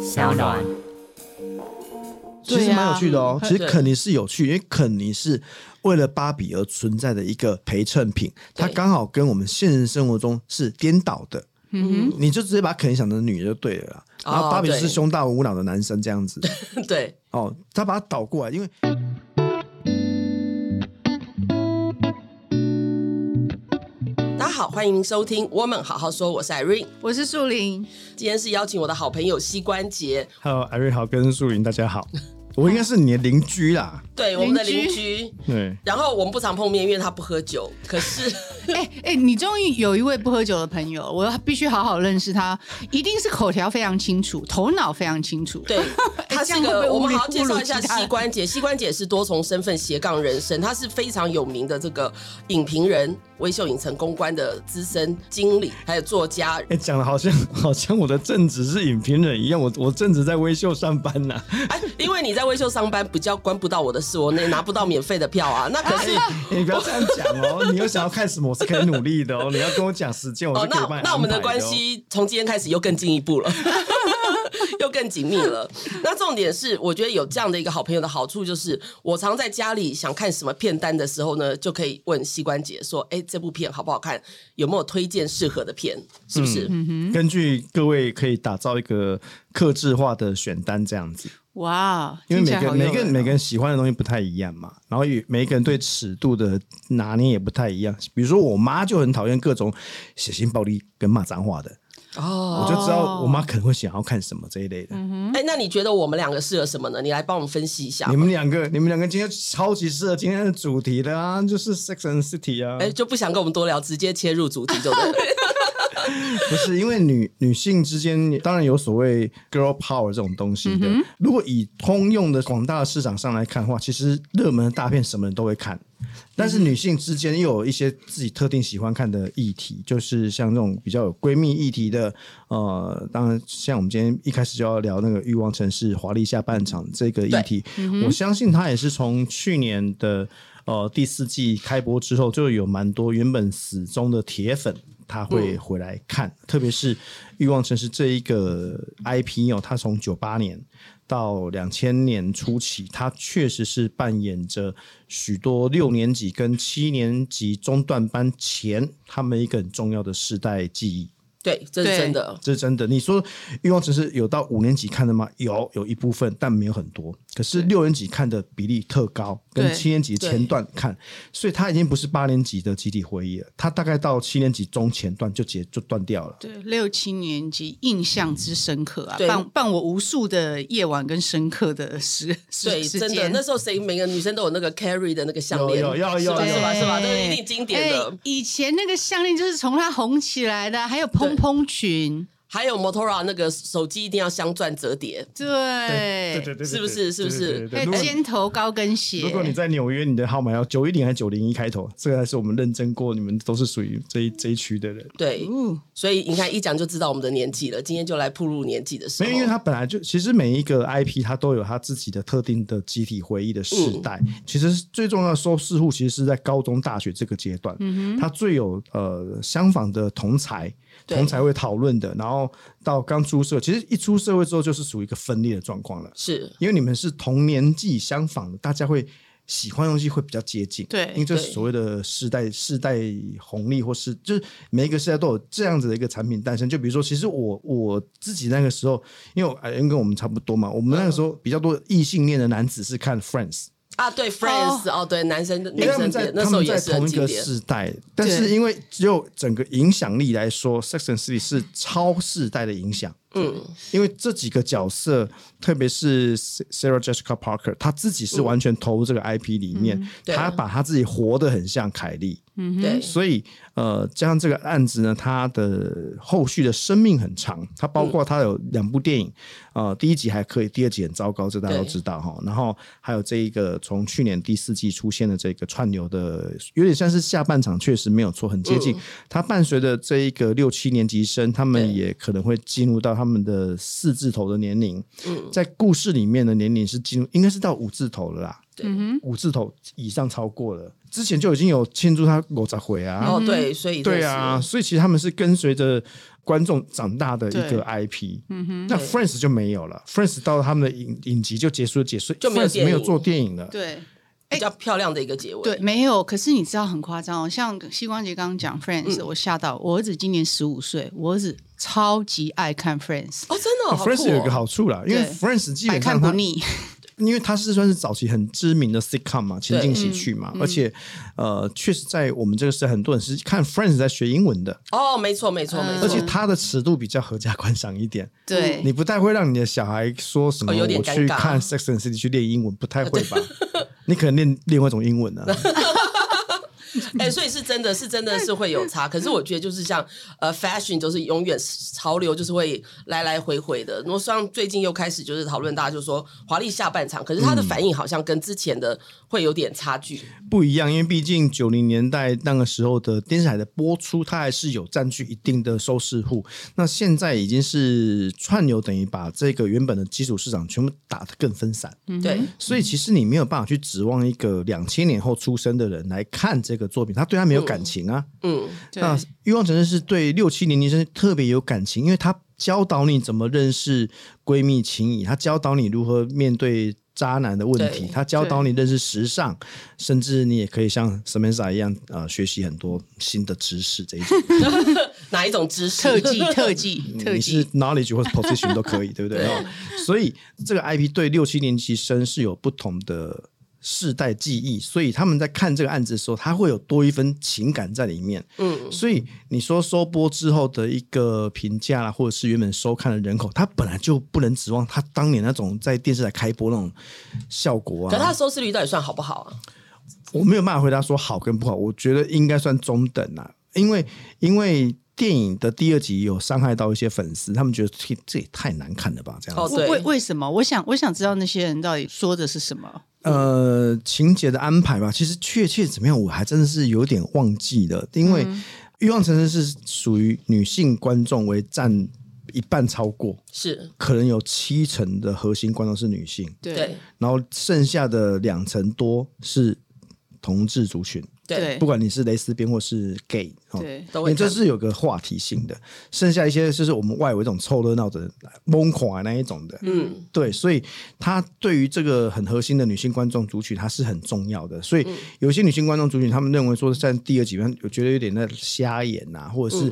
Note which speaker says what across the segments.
Speaker 1: 小暖。
Speaker 2: 其实蛮有趣的哦。
Speaker 3: 对啊
Speaker 2: 其实肯尼是有趣，因为肯尼是为了芭比而存在的一个陪衬品，它
Speaker 3: 对
Speaker 2: 刚好跟我们现实生活中是颠倒的。
Speaker 3: 嗯
Speaker 2: 你就直接把肯尼想成女的就对了啦。然后
Speaker 3: 哦
Speaker 2: 芭比是
Speaker 3: 对
Speaker 2: 胸大无脑的男生这样子。
Speaker 3: 哼，嗯 对，
Speaker 2: 哦，他把它倒过来，因为
Speaker 3: 大家好，欢迎收听《我们好好说》，我是 Irene，
Speaker 4: 我是树林，
Speaker 3: 今天是邀请我的好朋友膝关节，
Speaker 2: Hello，艾瑞好跟树林大家好， 我应该是你的邻居啦。
Speaker 3: 对我们的邻
Speaker 4: 邻
Speaker 3: 居。
Speaker 2: 对，
Speaker 3: 然后我们不常碰面，因为他不喝酒。可是
Speaker 4: 哎、哎、你终于有一位不喝酒的朋友，我必须好好认识他，一定是口条非常清楚，头脑非常清楚。
Speaker 3: 对，他是
Speaker 4: 哎这样会不会
Speaker 3: 个，我
Speaker 4: 侮辱
Speaker 3: 们好好介绍一下
Speaker 4: 侮辱其他
Speaker 3: 膝
Speaker 4: 人
Speaker 3: 关节。膝关节是多重身份斜杠人生，他是非常有名的这个影评人、微秀影城公关的资深经理，还有作家。
Speaker 2: 哎，讲的好像好像我的正职是影评人一样，我我正职在微秀上班呐、
Speaker 3: 哎，因为你在微秀上班，比较关不到我的事，我也拿不到免费的票啊。那可是。
Speaker 2: 哎你不要这样讲哦，你有想要看什么，我是可以努力的哦。你要跟我讲时间，我
Speaker 3: 哦
Speaker 2: 是，可以帮
Speaker 3: 那
Speaker 2: 你、
Speaker 3: 那我们的关，系从今天开始又更进一步了。 又更紧密了。那重点是，我觉得有这样的一个好朋友的好处就是，我常在家里想看什么片单的时候呢，就可以问膝关节说：“哎、这部片好不好看？有没有推荐适合的片？是不是？”
Speaker 2: 根据各位可以打造一个克制化的选单这样子，
Speaker 4: 哇，
Speaker 2: 因为
Speaker 4: 听起
Speaker 2: 每个
Speaker 4: 来好
Speaker 2: 每
Speaker 4: 诱
Speaker 2: 个
Speaker 4: 人哦
Speaker 2: 每个人喜欢的东西不太一样嘛，然后也每一个人对尺度的拿捏也不太一样。比如说我妈就很讨厌各种血腥暴力跟骂脏话的，
Speaker 3: 哦，
Speaker 2: 我就知道我妈可能会想要看什么这一类的。
Speaker 3: 哎、那你觉得我们两个适合什么呢？你来帮我们分析一下
Speaker 2: 嗯你。们两个，你们两个今天超级适合今天的主题的啊，就是 Sex and City 啊。
Speaker 3: 哎、就不想跟我们多聊，直接切入主题就 对了。
Speaker 2: 不是因为女女性之间当然有所谓 girl power 这种东西的。如果以通用的广大的市场上来看的话，其实热门的大片什么人都会看，但是女性之间又有一些自己特定喜欢看的议题，就是像这种比较有闺蜜议题的，呃，当然像我们今天一开始就要聊那个《欲望城市》华丽下半场这个议题，我相信它也是从去年的。呃，第四季开播之后，就有蛮多原本死忠的铁粉，他会回来看，特别是《欲望城市》这一个 IP 哦，它从九八年到两千年初期，它确实是扮演着许多六年级跟七年级中段班前他们一个很重要的世代记忆。
Speaker 3: 对，这是
Speaker 4: 对
Speaker 3: 真的。
Speaker 2: 这是真的。你说《欲望城市》有到五年级看的吗？有，有一部分，但没有很多。可是六年级看的比例特高，
Speaker 4: 对
Speaker 2: 跟七年级前段看，所以它已经不是八年级的集体回忆了。它大概到七年级中前段就结就断掉了。
Speaker 4: 对六七年级印象之深刻啊，
Speaker 3: 对
Speaker 4: 伴伴我无数的夜晚跟深刻的时时
Speaker 3: 对，
Speaker 4: 时
Speaker 3: 真的，
Speaker 4: 间
Speaker 3: 那时候谁每个女生都有那个 carry 的那个项链，
Speaker 2: 有有有
Speaker 3: 是吧
Speaker 2: 有
Speaker 3: 是吧
Speaker 4: 有
Speaker 3: 是吧，
Speaker 4: 对
Speaker 3: 这是一定经典的
Speaker 4: 哎。以前那个项链就是从它红起来的，还有蓬蓬裙，
Speaker 3: 还有 Motorola 那个手机一定要镶钻折叠，
Speaker 4: 对，
Speaker 2: 对对
Speaker 3: 是不是是不哎是
Speaker 2: 对对对
Speaker 4: 还
Speaker 2: 如
Speaker 4: 有
Speaker 2: 果
Speaker 4: 尖头高跟鞋。
Speaker 2: 如果你在纽约，你的号码要九一零还是九零一开头，这个还是我们认真过，你们都是属于这一这一区的人。
Speaker 3: 对，
Speaker 2: 嗯
Speaker 4: 哦
Speaker 3: 所以你看一讲就知道我们的年纪了。今天就来铺入年纪的时
Speaker 2: 没
Speaker 3: 候，
Speaker 2: 有，因为它本来就其实每一个 IP 它都有它自己的特定的集体回忆的世代。
Speaker 3: 嗯
Speaker 2: 其实最重要的收视户其实是在高中、大学这个阶段，它最有呃相仿的同才，
Speaker 3: 嗯对
Speaker 2: 同才会讨论的。然后到刚出社，其实一出社会之后就是属于一个分裂的状况了，
Speaker 3: 是
Speaker 2: 因为你们是同年纪相仿的，大家会。喜欢的东西会比较接近，
Speaker 4: 对
Speaker 2: 因为这
Speaker 3: 对
Speaker 2: 所谓的世代世代红利，或是就是每一个世代都有这样子的一个产品诞生。就比如说，其实我我自己那个时候，因为我哎，因为跟我们差不多嘛，我们那个时候比较多异性恋的男子是看 Friends，
Speaker 3: 啊，对 Friends 哦对，男生
Speaker 2: 因
Speaker 3: 女
Speaker 2: 为他
Speaker 3: 生
Speaker 2: 们在
Speaker 3: 的那
Speaker 2: 他
Speaker 3: 时候
Speaker 2: 们
Speaker 3: 也
Speaker 2: 在
Speaker 3: 是很
Speaker 2: 同一
Speaker 3: 经
Speaker 2: 个
Speaker 3: 典。
Speaker 2: 世代，但是因为只有整个影响力来说，《Sex and City》是超世代的影响。
Speaker 3: 嗯，
Speaker 2: 因为这几个角色，特别是 Sarah Jessica Parker，她自己是完全投入这个 IP 里面，
Speaker 3: 对
Speaker 2: 她把她自己活得很像凯莉。
Speaker 4: 嗯
Speaker 3: 对，
Speaker 2: 嗯所以呃，加上这个案子呢，它的后续的生命很长，它
Speaker 3: 嗯
Speaker 2: 包括它有两部电影，呃，第一集还可以，第二集很糟糕，这大家都
Speaker 3: 对
Speaker 2: 知道哈。然后还有这一个从去年第四季出现的这个串流的，有点像是下半场，确实没有错，很接近。它伴随着这一个六七年级生，他们
Speaker 3: 嗯对
Speaker 2: 也可能会进入到他们的四字头的年龄，在故事里面的年龄是进入，应该是到五字头了啦。
Speaker 3: 对
Speaker 2: 五字头以上超过了，之前就已经有庆祝他五十回啊，
Speaker 3: 哦，对，所以
Speaker 2: 对
Speaker 3: 真
Speaker 2: 啊，
Speaker 3: 是，
Speaker 2: 所以其实他们是跟随着观众长大的一
Speaker 4: 对
Speaker 2: 个 IP。嗯哼，那 Friends 就没有了，Friends 到他们的影影集就结束了，结束
Speaker 3: 就没有
Speaker 2: Friends
Speaker 3: 电影
Speaker 2: 没有做电影了。
Speaker 4: 对
Speaker 3: 比
Speaker 2: 哎
Speaker 3: 较漂亮的一个结尾。
Speaker 4: 对，没有。可是你知道很夸张哦，像膝关节刚刚讲 Friends，、我吓到我儿子今年十五岁，我儿子超级爱看 Friends，
Speaker 3: 哦，真的哦、
Speaker 2: 啊
Speaker 3: 好酷哦
Speaker 2: Friends 有一个好处啦，因为
Speaker 4: 对
Speaker 2: Friends 基
Speaker 4: 百
Speaker 2: 本
Speaker 4: 看
Speaker 2: 上
Speaker 4: 不
Speaker 2: 它，
Speaker 4: 腻。
Speaker 2: 因为它是算是早期很知名的 sitcom 嘛，情景喜剧嘛，而且呃，确实在我们这个时代，很多人是看 Friends 在学英文的，
Speaker 3: 哦，没错，没错，没错，
Speaker 2: 而且它的尺度比较合家观赏一点。
Speaker 4: 对，
Speaker 2: 嗯你不太会让你的小孩说什么，
Speaker 3: 哦有点
Speaker 2: 我去
Speaker 3: 尴尬
Speaker 2: 看 Sex and the City 去练英文，不太会 吧？你可能练另外一种英文呢、啊。
Speaker 3: 哎、所以是真的是真的是会有差，可是我觉得就是像呃，fashion 就是永远潮流就是会来来回回的。那像最近又开始就是讨论，大家就说华丽下半场，可是它
Speaker 4: 嗯
Speaker 3: 的反应好像跟之前的会有点差距。
Speaker 2: 不一样，因为毕竟九零年代那个时候的电视台的播出，它还是有占据一定的收视户。那现在已经是串流，等于把这个原本的基础市场全部打得更分散，
Speaker 4: 嗯
Speaker 3: 对，
Speaker 2: 所以其实你没有办法去指望一个两千年后出生的人来看这个作品，他对他没有感情啊。
Speaker 3: 嗯，
Speaker 4: 对
Speaker 2: 那欲望城市是对六七零年生特别有感情，因为他教导你怎么认识闺蜜情谊，他教导你如何面对渣男的问题
Speaker 3: 对，
Speaker 2: 他教导你认识时尚，甚至你也可以像 Samantha 一样，呃，学习很多新的知识这一种。
Speaker 3: 哪一种知识？
Speaker 4: 特技、特技、特
Speaker 2: 你是
Speaker 4: 技，
Speaker 2: knowledge 或者 position 都可以，对不对？哦所以这个 IP 对六七年级生是有不同的世代记忆，所以他们在看这个案子的时候，他会有多一分情感在里面。嗯，所以你说收播之后的一个评价啦，或者是原本收看的人口，他本来就不能指望他当年那种在电视台开播那种效果
Speaker 3: 可是它
Speaker 2: 啊
Speaker 3: 的。收视率到底算好不好啊？
Speaker 2: 我没有办法回答说好跟不好，我觉得应该算中等啦、因为因为。电影的第二集有伤害到一些粉丝，他们觉得这这也太难看了吧？这样子
Speaker 3: 哦对
Speaker 4: 为为什么？我想我想知道那些人到底说的是什么。
Speaker 2: 呃情节的安排吧，其实确切怎么样，我还真的是有点忘记了，因为《欲望城市》是属于女性观众为占一半超过，
Speaker 3: 是
Speaker 2: 可能有七成的核心观众是女性，
Speaker 3: 对
Speaker 2: 然后剩下的两成多是同志族群，
Speaker 3: 对
Speaker 4: 对
Speaker 2: 不管你是蕾丝边或是 gay，哦
Speaker 4: 对
Speaker 3: 都
Speaker 2: 因
Speaker 3: 会
Speaker 2: 为
Speaker 3: 看
Speaker 2: 这是有个话题性的，剩下一些就是我们外围这种凑热闹的、疯狂那一种的，
Speaker 3: 嗯，
Speaker 2: 对，所以他对于这个很核心的女性观众族群，它是很重要的。所以
Speaker 3: 嗯
Speaker 2: 有些女性观众族群，他们认为说，在第二集，我觉得有点在瞎演呐、或者是、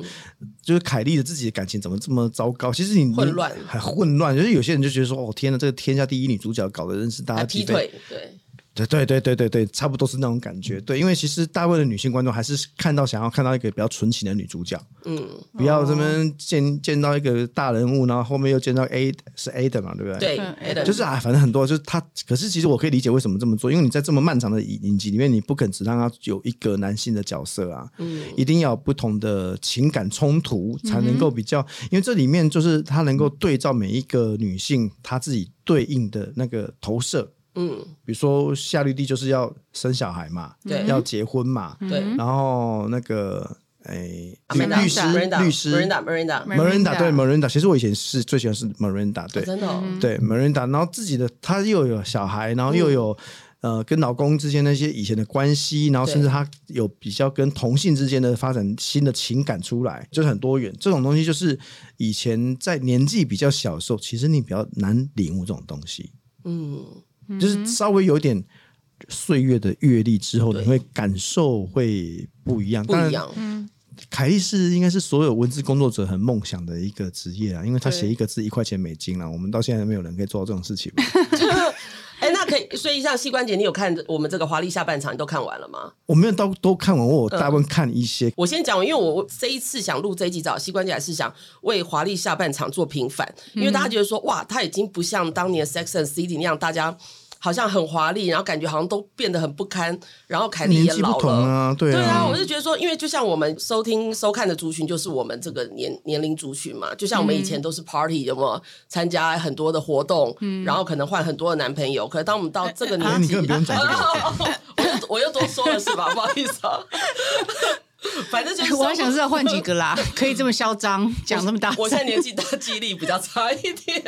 Speaker 2: 就是凯莉的自己的感情怎么这么糟糕？其实你
Speaker 3: 嗯混乱
Speaker 2: 很混乱。就是有些人就觉得说，哦天呐，这个天下第一女主角搞的真是大家
Speaker 3: 还啊哎劈
Speaker 2: 鸡飞
Speaker 3: 腿，对，
Speaker 2: 对对对对对对，差不多是那种感觉。对，因为其实大部分的女性观众还是看到想要看到一个比较纯情的女主角，
Speaker 3: 嗯，
Speaker 2: 不要这么见见到一个大人物，然后后面又见到 A 是 A 的嘛，对不对？
Speaker 3: 对
Speaker 4: 嗯
Speaker 3: ，Adam，
Speaker 2: 就是啊，反正很多就是他，可是其实我可以理解为什么这么做，因为你在这么漫长的影影集里面，你不肯只让他有一个男性的角色啊，一定要有不同的情感冲突才能够比较，因为这里面就是他能够对照每一个女性她自己对应的那个投射，
Speaker 3: 嗯，
Speaker 2: 比如说夏绿蒂就是要生小孩嘛，
Speaker 3: 对
Speaker 2: 要结婚嘛，
Speaker 4: 嗯
Speaker 3: 对
Speaker 2: 然后那个诶、律律师
Speaker 3: Miranda，
Speaker 2: 律师
Speaker 3: Miranda Miranda，
Speaker 4: Miranda
Speaker 2: Miranda 对 Miranda，其实我以前是最喜欢是 Miranda 对。
Speaker 3: 真的哦，
Speaker 4: 嗯
Speaker 2: 对 Miranda，然后自己的她又有小孩，然后又有、呃跟老公之间那些以前的关系，然后
Speaker 3: 对
Speaker 2: 甚至她有比较跟同性之间的发展新的情感出来，就是很多元。这种东西就是以前在年纪比较小的时候，其实你比较难领悟这种东西，
Speaker 3: 嗯，
Speaker 2: 就是稍微有点。岁月的阅历之后，
Speaker 3: 对
Speaker 2: 你会感受会不一样。
Speaker 3: 不一
Speaker 2: 当然，
Speaker 3: 样，
Speaker 2: 凯莉是应该是所有文字工作者很梦想的一个职业啊，因为他
Speaker 4: 对
Speaker 2: 写一个字一块钱美金啊，我们到现在没有人可以做到这种事情吧。
Speaker 3: 哎、那可以，所以像膝关节，你有看我们这个华丽下半场，你都看完了吗？
Speaker 2: 我没有到都看完，我有大部分看一些。
Speaker 3: 我先讲完，因为我我这一次想录这一集找膝关节，还是想为华丽下半场做平反，因为大家
Speaker 2: 嗯
Speaker 3: 觉得说，哇，他已经不像当年 Sex and City 那样，大家好像很华丽，然后感觉好像都变得很不堪，然后凯莉
Speaker 2: 年
Speaker 3: 也
Speaker 2: 纪
Speaker 3: 老
Speaker 2: 不同
Speaker 3: 了。
Speaker 2: 啊，对
Speaker 3: 对啊，
Speaker 2: 啊，
Speaker 3: 我就觉得说，因为就像我们收听收看的族群，就是我们这个年年龄族群嘛，就像我们以前都是 party 有没有参加很多的活动，然后可能换很多的男朋友，可是当我们到这个
Speaker 2: 嗯哎
Speaker 3: 年
Speaker 2: 你
Speaker 3: 纪，
Speaker 2: 根本不用讲这个。
Speaker 3: 哦哦哦 我又我又多说了是吧？不好意思啊， 反正 就是
Speaker 4: 我还想知道换几。个啦， 可以这么嚣张，讲这么大声。
Speaker 3: 我现在年纪大，记忆力比较差一点，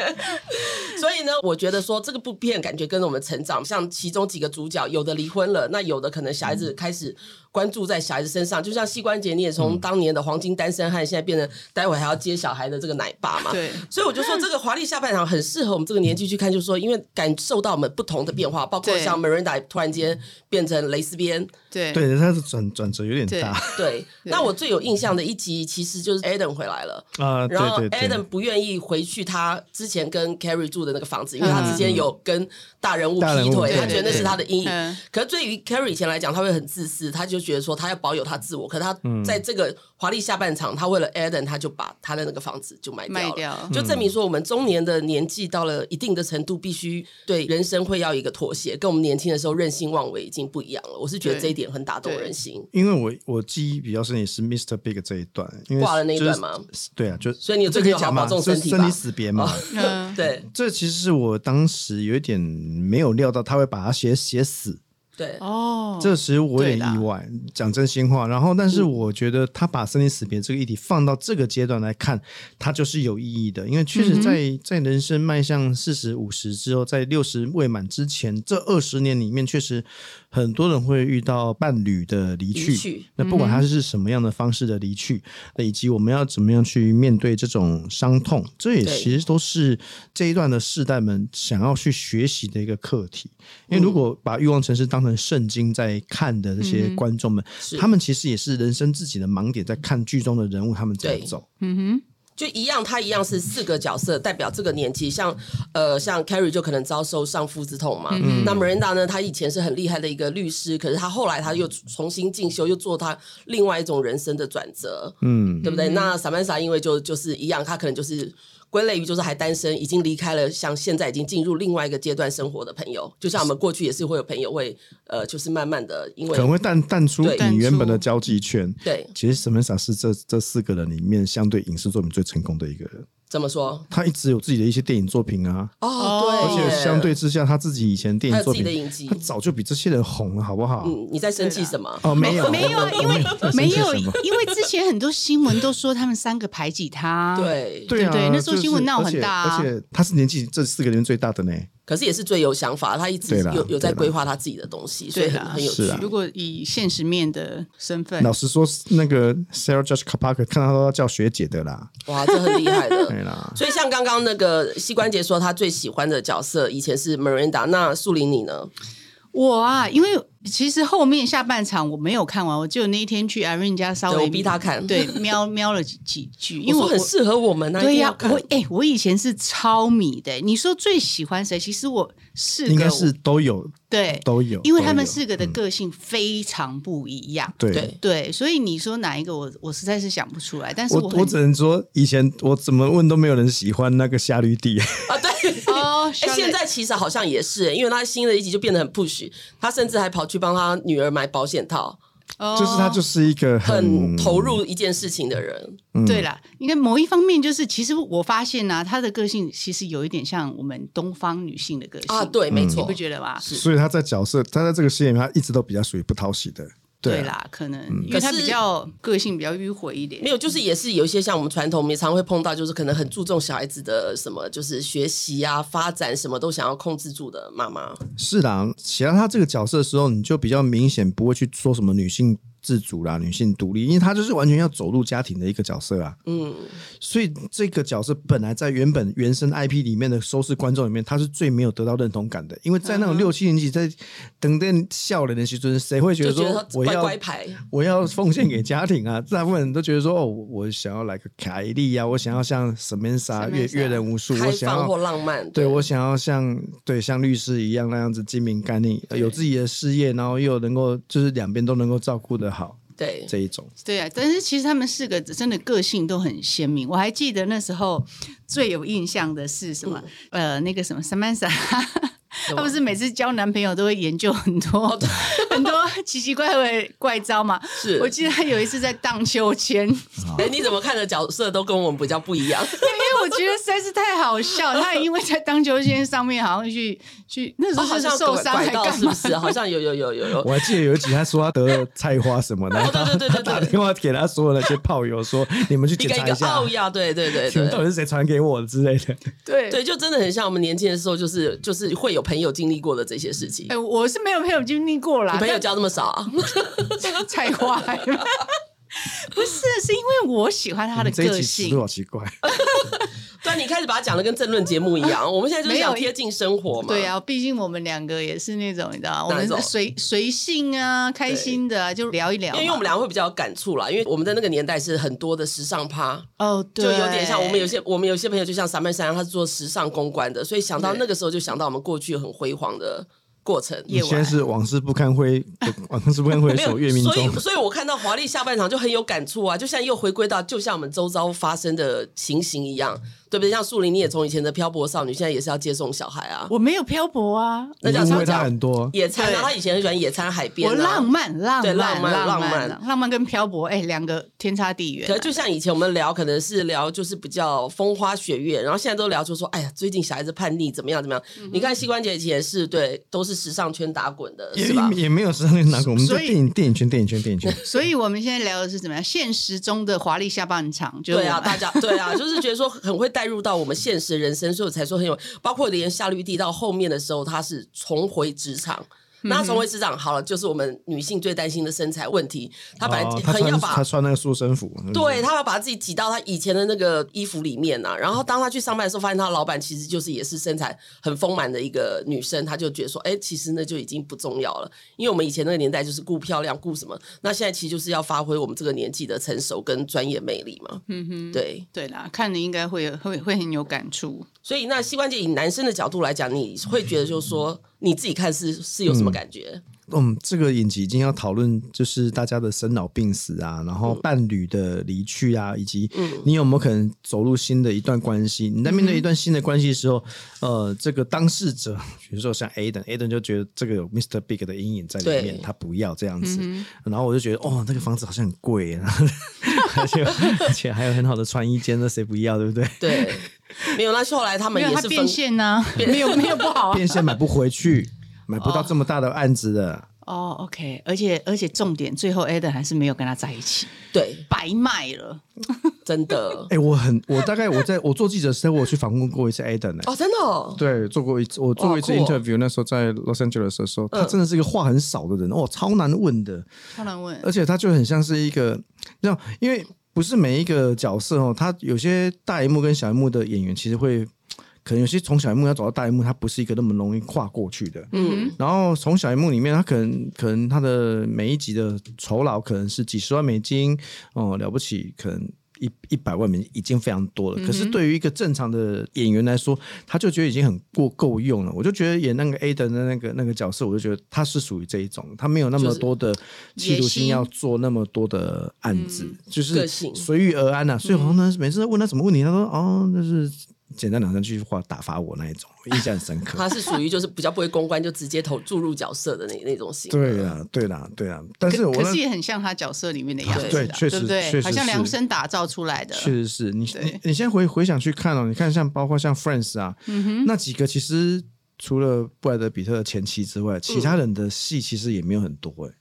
Speaker 3: 所以以呢，我觉得说这个部片感觉跟着我们成长，像其中几个主角，有的离婚了，那有的可能小孩子开始关注在小孩子身上，就像膝关节，你也从
Speaker 4: 嗯
Speaker 3: 当年的黄金单身汉，现在变成待会还要接小孩的这个奶爸嘛。
Speaker 4: 对
Speaker 3: 所以我就说这个华丽下半场很适合我们这个年纪去看，就是说因为感受到我们不同的变化，包括
Speaker 4: 对
Speaker 3: 像 Miranda 突然间变成蕾丝边，
Speaker 4: 对
Speaker 2: 对，它的转转折有点
Speaker 4: 对
Speaker 2: 大
Speaker 3: 对，那我最有印象的一集其实就是 Adam 回来了。
Speaker 2: 啊，对
Speaker 3: 然后
Speaker 2: 对
Speaker 3: Adam
Speaker 2: 对，
Speaker 3: 不愿意回去他之前跟 Carrie 住的那个房子，因为他之前有跟大人物
Speaker 2: 嗯大人
Speaker 3: 劈
Speaker 2: 物
Speaker 3: 腿，
Speaker 2: 对
Speaker 3: 他觉得那是他的阴
Speaker 4: 嗯
Speaker 3: 影。可是对于 Carrie 以前来讲，他会很自私，他就觉得说他要保有他自我。可是他
Speaker 2: 嗯
Speaker 3: 在这个华丽下半场，他为了 Adam，他就把他的那个房子就卖
Speaker 4: 卖
Speaker 3: 掉
Speaker 4: 掉
Speaker 3: 了，就证明说我们中年的年纪到了一定的程度，必须对人生会要一个妥协，跟我们年轻的时候任性妄为已经不一样了。我是觉得
Speaker 4: 对
Speaker 3: 这一点很打动
Speaker 4: 对
Speaker 3: 人心。
Speaker 2: 因为我我记忆比较深也是 Mr. Big 这一段，因为
Speaker 3: 挂了那一
Speaker 2: 就是
Speaker 3: 段吗？
Speaker 2: 对啊，就
Speaker 3: 所以你有
Speaker 2: 这
Speaker 3: 最
Speaker 2: 可
Speaker 3: 近
Speaker 2: 以
Speaker 3: 有好
Speaker 2: 讲
Speaker 3: 好
Speaker 2: 嘛，
Speaker 3: 保重
Speaker 2: 就是
Speaker 3: 身体
Speaker 2: 生
Speaker 3: 吧
Speaker 2: 离死别嘛。
Speaker 4: 嗯
Speaker 3: 对
Speaker 2: 这其实是我当时有一点没有料到他会把它写写死，
Speaker 3: 对，
Speaker 4: 哦，
Speaker 2: 这其实我有
Speaker 4: 对
Speaker 2: 点
Speaker 4: 啦
Speaker 2: 意外，讲真心话。然后，但是我觉得他把生离死别这个议题放到这个阶段来看，它就是有意义的，因为确实在、在人生迈向四十五十之后，在六十未满之前这二十年里面，确实很多人会遇到伴侣的离去。
Speaker 3: 离去
Speaker 2: 那不管他是什么样的方式的离去，以及我们要怎么样去面对这种伤痛，这也
Speaker 3: 对
Speaker 2: 其实都是这一段的世代们想要去学习的一个课题。因
Speaker 4: 嗯
Speaker 2: 为如果把《欲望城市》当成圣经在看的这
Speaker 4: 嗯
Speaker 2: 些观众们，
Speaker 3: 是
Speaker 2: 他们其实也是人生自己的盲点，在看剧中的人物他们怎么
Speaker 3: 对
Speaker 2: 走。
Speaker 3: 就一样，他一样是四个角色代表这个年纪，像呃，像 Carrie 就可能遭受丧夫之痛嘛。
Speaker 2: 嗯
Speaker 3: 那 Miranda 呢，她以前是很厉害的一个律师，可是她后来她又重新进修，又做她另外一种人生的转折，
Speaker 2: 嗯，
Speaker 3: 对不对？那 Samantha 因为就就是呃一样，她可能就是归类于就是还单身，已经离开了，像现在已经进入另外一个阶段生活的朋友，就像我们过去也是会有朋友会呃，就是慢慢的因
Speaker 2: 可能
Speaker 3: 为
Speaker 2: 会淡淡出
Speaker 3: 对
Speaker 2: 你原本的交际圈。
Speaker 3: 对
Speaker 2: 其实沈文莎是这这四个人里面相对影视作品最成功的一个人，
Speaker 3: 怎么说
Speaker 2: 他一直有自己的一些电影作品啊，
Speaker 3: 哦，
Speaker 2: 而
Speaker 3: 对耶，
Speaker 2: 且相对之下他自己以前电影
Speaker 3: 还有
Speaker 2: 作
Speaker 3: 自己
Speaker 2: 品
Speaker 3: 的，影集
Speaker 2: 他，早就比这些人红了，好不好？
Speaker 3: 嗯，你在生气
Speaker 4: 对啦
Speaker 3: 什么？
Speaker 2: 哦，没有
Speaker 4: 没有啊，因为
Speaker 2: 我
Speaker 4: 没有，
Speaker 2: 我生气什么
Speaker 4: 因为之前很多新闻都说他们三个排挤他，，
Speaker 3: 对，
Speaker 2: 对啊，
Speaker 4: 对那时候
Speaker 2: 就是
Speaker 4: 新闻闹很大啊
Speaker 2: 而且而且他是年纪这四个里面最大的呢。
Speaker 3: 可是也是最有想法，他一直
Speaker 2: 对啦
Speaker 3: 有有在
Speaker 2: 对啦
Speaker 3: 规划他自己的东西，所以
Speaker 4: 对
Speaker 3: 很
Speaker 4: 啦
Speaker 3: 很有趣
Speaker 2: 是。啊
Speaker 4: 如果以现实面的身份
Speaker 2: 老，实说，那个 Sarah Jessica Parker 看他都要叫学姐的啦，
Speaker 3: 哇，这很厉害
Speaker 4: 呃
Speaker 3: 的。
Speaker 2: 对啦。
Speaker 3: 所以像刚刚那个膝关节说他最喜欢的角色以前是 Miranda，那树林你呢？
Speaker 4: 我啊，因为其实后面下半场我没有看完，我只有那一天去 Irene 家稍
Speaker 3: 对
Speaker 4: 微
Speaker 3: 我逼他看
Speaker 4: 对，瞄瞄了几几句，因为
Speaker 3: 因为
Speaker 4: 我
Speaker 3: 很适合我们啊，
Speaker 4: 对
Speaker 3: 一定
Speaker 4: 呀、
Speaker 3: 要看
Speaker 4: 我哎、我以前是超迷的。你说最喜欢谁？其实我四个
Speaker 2: 应该是都有
Speaker 4: 对，
Speaker 2: 都有，
Speaker 4: 因为他们
Speaker 2: 都有
Speaker 4: 四个的个性非常不一样。
Speaker 2: 对。
Speaker 3: 对
Speaker 4: 对，所以你说哪一个我，我实在是想不出来。但是
Speaker 2: 我
Speaker 4: 很
Speaker 2: 我只能说，以前我怎么问都没有人喜欢那个夏绿蒂，
Speaker 3: 啊，对。
Speaker 4: 哦，
Speaker 3: 哎、
Speaker 4: Charlotte-
Speaker 3: 现在其实好像也是，因为他新的一集就变得很 push，他甚至还跑去帮他女儿买保险套，
Speaker 4: 哦
Speaker 2: 就是他就是一个
Speaker 3: 很投入一件事情的人。
Speaker 2: 嗯
Speaker 4: 对啦，应该某一方面就是，其实我发现呢、啊，她的个性其实有一点像我们东方女性的个性
Speaker 3: 啊对
Speaker 2: 嗯
Speaker 3: 没
Speaker 4: 嗯
Speaker 3: 错
Speaker 4: 你不觉得吗？
Speaker 3: 是
Speaker 2: 所以他在角色，他在这个戏里面，他一直都比较属于不讨喜的。啊，
Speaker 4: 啦，可能、因为她
Speaker 3: 可是
Speaker 4: 比较个性比较迂回一点
Speaker 3: 没。有，就是也是有一些像我们传统，我们也常会碰到，就是可能很注重小孩子的什么，就是学习啊、发展什么都想要控制住的妈妈。
Speaker 2: 是啦，写到他这个角色的时候，你就比较明显不会去说什么女性自主啦、女性独立，因为他就是完全要走入家庭的一个角色啊。
Speaker 3: 嗯，
Speaker 2: 所以这个角色本来在原本原生 IP 里面的收视观众里面，他是最没有得到认同感的，因为在那
Speaker 3: 嗯
Speaker 2: 种六七年级在等待笑人的时候，谁会觉
Speaker 3: 就
Speaker 2: 得
Speaker 3: 觉得
Speaker 2: 说
Speaker 3: 他
Speaker 2: 我
Speaker 3: 乖
Speaker 2: 要
Speaker 3: 乖牌，
Speaker 2: 我要奉献给家庭啊？大部分人都觉得说哦，我我想要来个凯莉啊，我想要像 Samantha
Speaker 4: Samantha
Speaker 2: 阅阅人无数，
Speaker 3: 开
Speaker 2: 我想
Speaker 3: 放或
Speaker 2: 要。
Speaker 3: 浪漫，
Speaker 2: 对，我想要像对像律师一样那样子精明干练，有自己的事业，然后又能够就是两边都能够照顾得好
Speaker 3: 对
Speaker 2: 这一种。
Speaker 4: 对啊，但是其实他们四个真的个性都很鲜明。我还记得那时候最有印象的是什么？
Speaker 3: 嗯
Speaker 4: 呃，那个什么 Samantha，她
Speaker 3: 啊
Speaker 4: 不是每次交男朋友都会研究很多、 很多奇奇怪怪怪招嘛？
Speaker 3: 是
Speaker 4: 我记得她有一次在荡秋千，因
Speaker 3: 哎，你怎么看的角色都跟我们比较不一样？
Speaker 4: 为我觉得实在是太好笑。他也因为在荡秋千上面好像去去那时
Speaker 3: 哦
Speaker 4: 候
Speaker 3: 好
Speaker 4: 是
Speaker 3: 像
Speaker 4: 受
Speaker 3: 拐
Speaker 4: 伤
Speaker 3: 拐
Speaker 4: 还
Speaker 3: 到
Speaker 4: 干
Speaker 3: 是不
Speaker 4: 嘛？
Speaker 3: 是？啊好像有有有有有。
Speaker 2: 我还记得有一集，他说他得了菜花什么的，然后
Speaker 3: 哦对对对对对
Speaker 2: 他打电话给他所有那些炮友说：“你们去
Speaker 3: 一
Speaker 2: 检
Speaker 3: 个
Speaker 2: 查
Speaker 3: 一个
Speaker 2: 下
Speaker 3: 奥，亚，对对对
Speaker 2: 你们
Speaker 3: 对
Speaker 2: 到底是谁传给我的之类 的。
Speaker 4: 对
Speaker 3: 对，就真的很像我们年轻的时候，就是就是会有朋友经历过的这些事情
Speaker 4: 哎、。我是没有朋友经历过啦
Speaker 3: 你，朋友交那么少啊？
Speaker 4: 但菜花不是，是因为我喜欢”他的
Speaker 2: 这一
Speaker 4: 个
Speaker 2: 集尺度
Speaker 4: 性。
Speaker 2: 好奇 怪，
Speaker 3: 对啊，你开始把它讲的跟政论节目一样，我们现在就是想
Speaker 4: 没有
Speaker 3: 贴近生活嘛。
Speaker 4: 对，啊，毕竟我们两个也是那种，你知道，我
Speaker 3: 哪一
Speaker 4: 们
Speaker 3: 种
Speaker 4: 随随性啊，开心的啊，就聊一聊
Speaker 3: 因
Speaker 4: 嘛。
Speaker 3: 为我们两个会比较有感触啦，因为我们在那个年代是很多的时尚趴，
Speaker 4: 哦，对，
Speaker 3: 就有点像我们有些我们有些朋友就像三班三，他是做时尚公关的，所以想到
Speaker 4: 对
Speaker 3: 那个时候就想到我们过去很辉煌的过程。
Speaker 4: 夜
Speaker 2: 以
Speaker 4: 晚
Speaker 2: 前是往事不堪回， 往事不堪回
Speaker 3: 没有
Speaker 2: 首，月明
Speaker 3: 所以
Speaker 2: 中。
Speaker 3: 所以我看到华丽下半场就很有感触啊，就像又回归到就像我们周遭发生的情形一样，对不对？像树林，你也从以前的漂泊少女，现在也是要接送小孩啊，
Speaker 4: 我没有漂泊啊，
Speaker 3: 那叫
Speaker 2: 因为
Speaker 3: 叫
Speaker 2: 他很多，
Speaker 3: 野餐啊，
Speaker 4: 对
Speaker 3: 他以前很喜欢野餐海边、啊，
Speaker 4: 我浪。漫，浪
Speaker 3: 对
Speaker 4: 漫，
Speaker 3: 浪漫
Speaker 4: 浪
Speaker 3: 浪
Speaker 4: 漫，啊浪漫跟漂泊，哎，两个天差地远
Speaker 3: 可
Speaker 4: 啊、
Speaker 3: 是就像以前我们聊，可能是聊就是比较风花雪月，然后现在都聊出说，哎呀，最近小孩子叛逆怎么样怎么样？
Speaker 2: 嗯
Speaker 3: 你看膝关节以前是对，都是时尚圈打滚的，
Speaker 2: 也
Speaker 3: 是吧？
Speaker 2: 也没有时尚圈拿过，我们就
Speaker 4: 所以
Speaker 2: 电影电影圈电影圈电影 圈。
Speaker 4: 所以我们现在聊的是怎么样现实中的华丽下半场，就是
Speaker 3: 对啊，
Speaker 4: 我们
Speaker 3: 大家对啊，就是觉得说很会带入到我们现实人生，所以我才说很有，包括连夏绿蒂到后面的时候，她是重回职场。
Speaker 2: 嗯
Speaker 3: 那她重回职场好了，就是我们女性最担心的身材问题。她本来
Speaker 2: 哦他
Speaker 3: 很要
Speaker 2: 穿
Speaker 3: 把
Speaker 2: 他穿那个塑身服，
Speaker 4: 嗯
Speaker 2: 是不是
Speaker 3: 对，他要把自己挤到他以前的那个衣服里面呐、啊然后当他去上班的时候，发现他老板其实就是也是身材很丰满的一个女生，他就觉得说，哎，其实那就已经不重要了，因为我们以前那个年代就是顾漂亮顾什么，那现在其实就是要发挥我们这个年纪的成熟跟专业魅力嘛。嗯哼，对。
Speaker 4: 对啦，看了应该会有会会很有感触。
Speaker 3: 所以那膝关节以男生的角度来讲，你会觉得就是说你自己看是是有什么感觉？
Speaker 2: 嗯，这个影集已经要讨论，就是大家的生老病死啊，然
Speaker 4: 嗯
Speaker 2: 后伴侣的离去啊，以及你有没有可能走入新的一段关系？你在面对一段新的关系的时候，
Speaker 4: 嗯
Speaker 2: 呃，这个当事者，比如说像 Aden，Aden 就觉得这个有 Mr. Big 的阴影在里面
Speaker 3: 对，
Speaker 2: 他不要这样子。
Speaker 4: 嗯
Speaker 2: 然后我就觉得，哦，那个房子好像很贵 耶，然后而且而且还有很好的穿衣间，那谁不要，对不对？
Speaker 3: 对，没有，那后来他们
Speaker 4: 没
Speaker 3: 也
Speaker 4: 有它
Speaker 3: 是分
Speaker 4: 变现 呢、没有没有不好啊。
Speaker 2: 变现买不回 去，买不到这么大的案子的。
Speaker 4: 哦，OK，而且而且重点，最后 Adam 还是没有跟他在一起，
Speaker 3: 对，
Speaker 4: 白卖了。
Speaker 3: 真的
Speaker 2: 哎、我很，我大概我在我做记者的时候，我去访问过一次 Aden 呢、
Speaker 3: 哦，真的、哦。
Speaker 2: 对，做过一次，我做过一次
Speaker 3: 哇好酷哦嗯
Speaker 2: interview，、那时候在 Los Angeles 的时候，他真的是一个话很少的人，哦，超难问的，
Speaker 4: 突然问，
Speaker 2: 而且他就很像是一个，你知道，因为不是每一个角色哦，他有些大荧幕跟小荧幕的演员其实会。可能有些从小荧幕要走到大荧幕，他不是一个那么容易跨过去的。嗯，然后从小荧幕里面，他可能可能他的每一集的酬劳可能是几十万美金，哦，了不起，可能一一百万美金已经非常多
Speaker 3: 嗯
Speaker 2: 了。可是对于一个正常的演员来说，他就觉得已经很过够用了。我就觉得演那个 A 的那个那个角色，我就觉得他是属于这一种，他没有那么多
Speaker 3: 嗯
Speaker 2: 的企图
Speaker 4: 野
Speaker 2: 心
Speaker 4: 心
Speaker 2: 要做那么多的案子，就是
Speaker 3: 嗯个性嗯
Speaker 2: 随遇而安呐、啊所以好像呢，每次问他什么问题，他说哦，就是简单两三句话打发我那一种，我印象很深刻。
Speaker 3: 他是属于就是比较不会公关，就直接投注入角色的那那种型。
Speaker 2: 对啊，对啦，对啦，但是我
Speaker 4: 可
Speaker 2: 那啊
Speaker 4: 是也很像他角色里面的样子啦，
Speaker 2: 对确实
Speaker 4: 不
Speaker 2: 确
Speaker 4: 对？
Speaker 2: 实
Speaker 4: 好像
Speaker 2: 是
Speaker 4: 量身打造出来的。
Speaker 2: 确实是你你
Speaker 4: 对
Speaker 2: 你先回回想去看哦，你看像包括像 Friends 啊，
Speaker 4: 嗯
Speaker 2: 那几个其实除了布莱德比特的前妻之外，其
Speaker 4: 嗯
Speaker 2: 他人的戏其实也没有很多哎、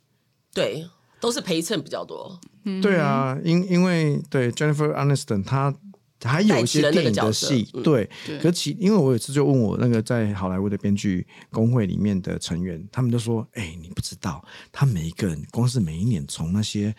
Speaker 3: 对，都是陪衬比较多。
Speaker 2: 对啊，因因为对 Jennifer Aniston 她。还有一些电影的
Speaker 3: 代
Speaker 2: 戏
Speaker 3: 替了那，个角色嗯
Speaker 2: 对，
Speaker 4: 对
Speaker 2: 可其因为我有一次就问我那个在好莱坞的编剧工会里面的成员，他们就说：“哎、你不知道，他每一个人光是每一年从那些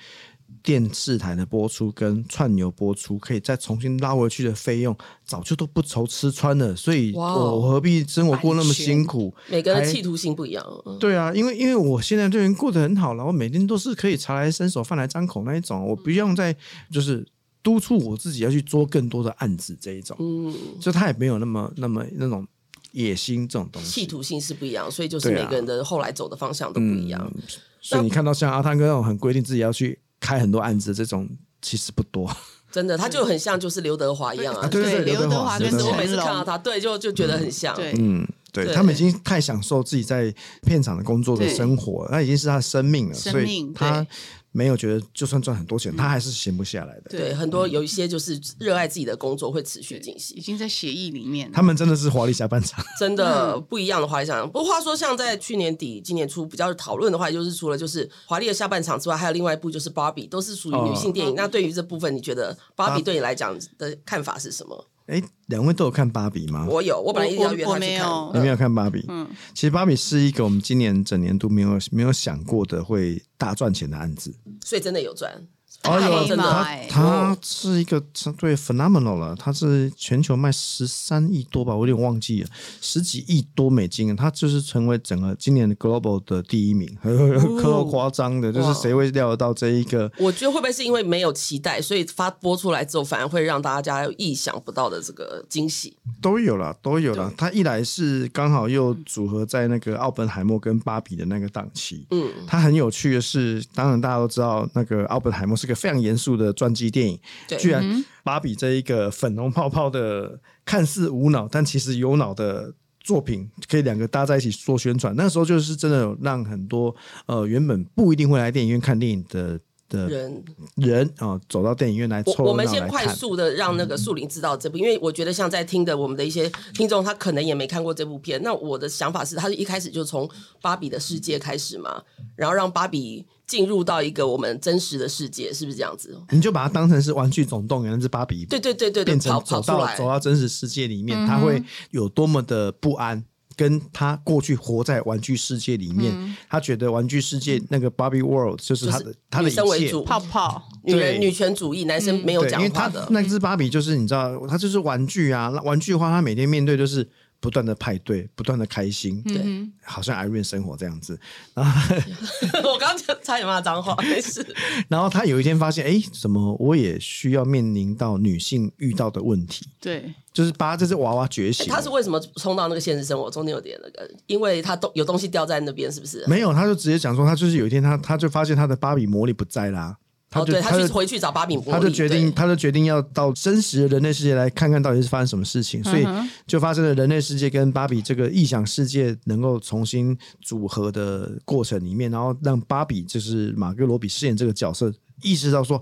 Speaker 2: 电视台的播出跟串流播出，可以再重新拉回去的费用，早就都不愁吃穿了，所以
Speaker 3: 哇哦
Speaker 2: 我何必生活过那么
Speaker 4: 版权
Speaker 2: 辛苦？
Speaker 3: 每个人
Speaker 2: 还
Speaker 3: 企图性不一样。嗯
Speaker 2: 对啊，因为因为我现在就已经过得很好了，我每天都是可以茶来伸手、饭来张口那一种，我不用再就是督促我自己要去做更多的案子这一种，
Speaker 3: 嗯，
Speaker 2: 就他也没有那么那么那种野心这种东
Speaker 3: 企
Speaker 2: 西。
Speaker 3: 图性是不一样，所以就是
Speaker 2: 对啊嗯
Speaker 3: 每个人的后来走的方向都不一样。
Speaker 2: 所以你看到像阿汤哥那种很规定自己要去开很多案子这种，其实不多。
Speaker 3: 真的，他就很像就是刘德华一样啊。
Speaker 2: 对对
Speaker 4: 刘
Speaker 2: 德
Speaker 4: 德
Speaker 2: 华
Speaker 4: 华跟
Speaker 2: 刘
Speaker 3: 是
Speaker 2: 德
Speaker 3: 我
Speaker 2: 华
Speaker 3: 每次
Speaker 4: 成
Speaker 3: 看到
Speaker 4: 龙，
Speaker 3: 他，对，就就觉得很像。
Speaker 4: 对，
Speaker 2: 嗯，对
Speaker 3: 对
Speaker 2: 他们已经太享受自己在片场的工作的
Speaker 4: 对
Speaker 2: 生活，那已经是他的生命了，
Speaker 4: 生
Speaker 2: 所以
Speaker 4: 命
Speaker 2: 他
Speaker 4: 对
Speaker 2: 没有觉得就算赚很多钱，他还是闲不下来的。
Speaker 3: 对，很多有一些就是热爱自己的工作，会持续进行
Speaker 4: 已。经在协议里面了。
Speaker 2: 他们真的是华丽下半场，
Speaker 3: 真的不一样的华丽下半场。不过话说，像在去年底、今年初比较讨论的话，就是除了就是华丽的下半场之外，还有另外一部就是《芭比》，都是属于女性电影。那对于这部分，你觉得《芭比》对你来讲的看法是什么？
Speaker 2: 哎，两位都有看芭比吗？
Speaker 3: 我有，我本来一定要约
Speaker 4: 我
Speaker 3: 他
Speaker 4: 我
Speaker 3: 去看
Speaker 4: 我
Speaker 3: 的，
Speaker 2: 你没有看芭比？
Speaker 4: 嗯
Speaker 2: 其实芭比是一个我们今年整年度没有没有想过的会大赚钱的案子。
Speaker 3: 所以真的有赚。
Speaker 2: 哦，
Speaker 3: 有
Speaker 2: 有
Speaker 3: 真的
Speaker 2: 它
Speaker 3: 啊
Speaker 4: 哎
Speaker 2: 它是一个相对 phenomenal 了，它是全球卖十三亿多吧，我有点忘记了，十几亿多美金，啊它就是成为整个今年的 global 的第一名，
Speaker 4: 哦
Speaker 2: 可夸张的，就是谁会料得到这一个？
Speaker 3: 我觉得会不会是因为没有期待，所以发播出来之后，反而会让大家有意想不到的这个惊喜？
Speaker 2: 都有啦，都有啦。它一来是刚好又组合在那个奥本海默跟芭比的那个档期。嗯，它很有趣的是，当然大家都知道，那个奥本海默是个非常严肃的传记电影，
Speaker 3: 对
Speaker 2: 居然芭比这一个粉红泡泡的看似无脑，但其实有脑的。作品可以两个搭在一起做宣传，那时候就是真的有让很多呃原本不一定会来电影院看电影的的
Speaker 3: 人，
Speaker 2: 人啊、走到电影院来凑热
Speaker 3: 我
Speaker 2: 闹
Speaker 3: 我们
Speaker 2: 来
Speaker 3: 先快
Speaker 2: 看。嗯
Speaker 3: 速的让那个树林知道这部，因为我觉得像在听的我们的一些听众，他可能也没看过这部片。那我的想法是，他是一开始就从芭比的世界开始嘛，然后让芭比进入到一个我们真实的世界，是不是这样子？
Speaker 2: 你就把它当成是《玩具总动员》那只芭比
Speaker 3: 对对对对对，
Speaker 2: 变成
Speaker 3: 跑
Speaker 2: 走
Speaker 3: 跑出
Speaker 2: 到
Speaker 3: 来嗯
Speaker 2: 走，到真实世界里面，他会有多么的不安。跟他过去活在玩具世界里面，
Speaker 3: 嗯
Speaker 2: 他觉得玩具世界那个 Barbie World 就是他的、他的
Speaker 3: 女
Speaker 2: 一
Speaker 3: 生为
Speaker 2: 切
Speaker 3: 主，，
Speaker 4: 泡泡，
Speaker 3: 女人
Speaker 2: 对嗯
Speaker 3: 女权主义，男生没有
Speaker 2: 对，因
Speaker 3: 讲
Speaker 2: 为
Speaker 3: 话
Speaker 2: 他
Speaker 3: 的。
Speaker 2: 那只芭比就是你知道，他就是玩具啊，那玩具的话，他每天面对就是不断的派对，不断的开心，
Speaker 4: 嗯
Speaker 3: 对
Speaker 2: 好像 Irene 生活这样子。
Speaker 3: 我刚刚差点骂脏话，没事。
Speaker 2: 然后他有一天发现，哎，怎么我也需要面临到女性遇到的问题，
Speaker 4: 对，
Speaker 2: 就是芭这只娃娃觉
Speaker 3: 欸
Speaker 2: 醒了。
Speaker 3: 他是为什么冲到那个现实生活？中间有点那个，因为他东有东西掉在那边，是不是？
Speaker 2: 没有，他就直接讲说，他就是有一天他他就发现他的芭比魔力不在啦，他
Speaker 3: 哦，
Speaker 2: 就、
Speaker 3: 对，他去
Speaker 2: 就
Speaker 3: 回去找芭比魔力，
Speaker 2: 他就决定
Speaker 3: 对
Speaker 2: 他就决定要到真实的人类世界来看看到底是发生什么事情，所以就发生了人类世界跟芭比这个异想世界能够重新组合的过程里面，然后让芭比就是马格罗比饰演这个角色意识到说。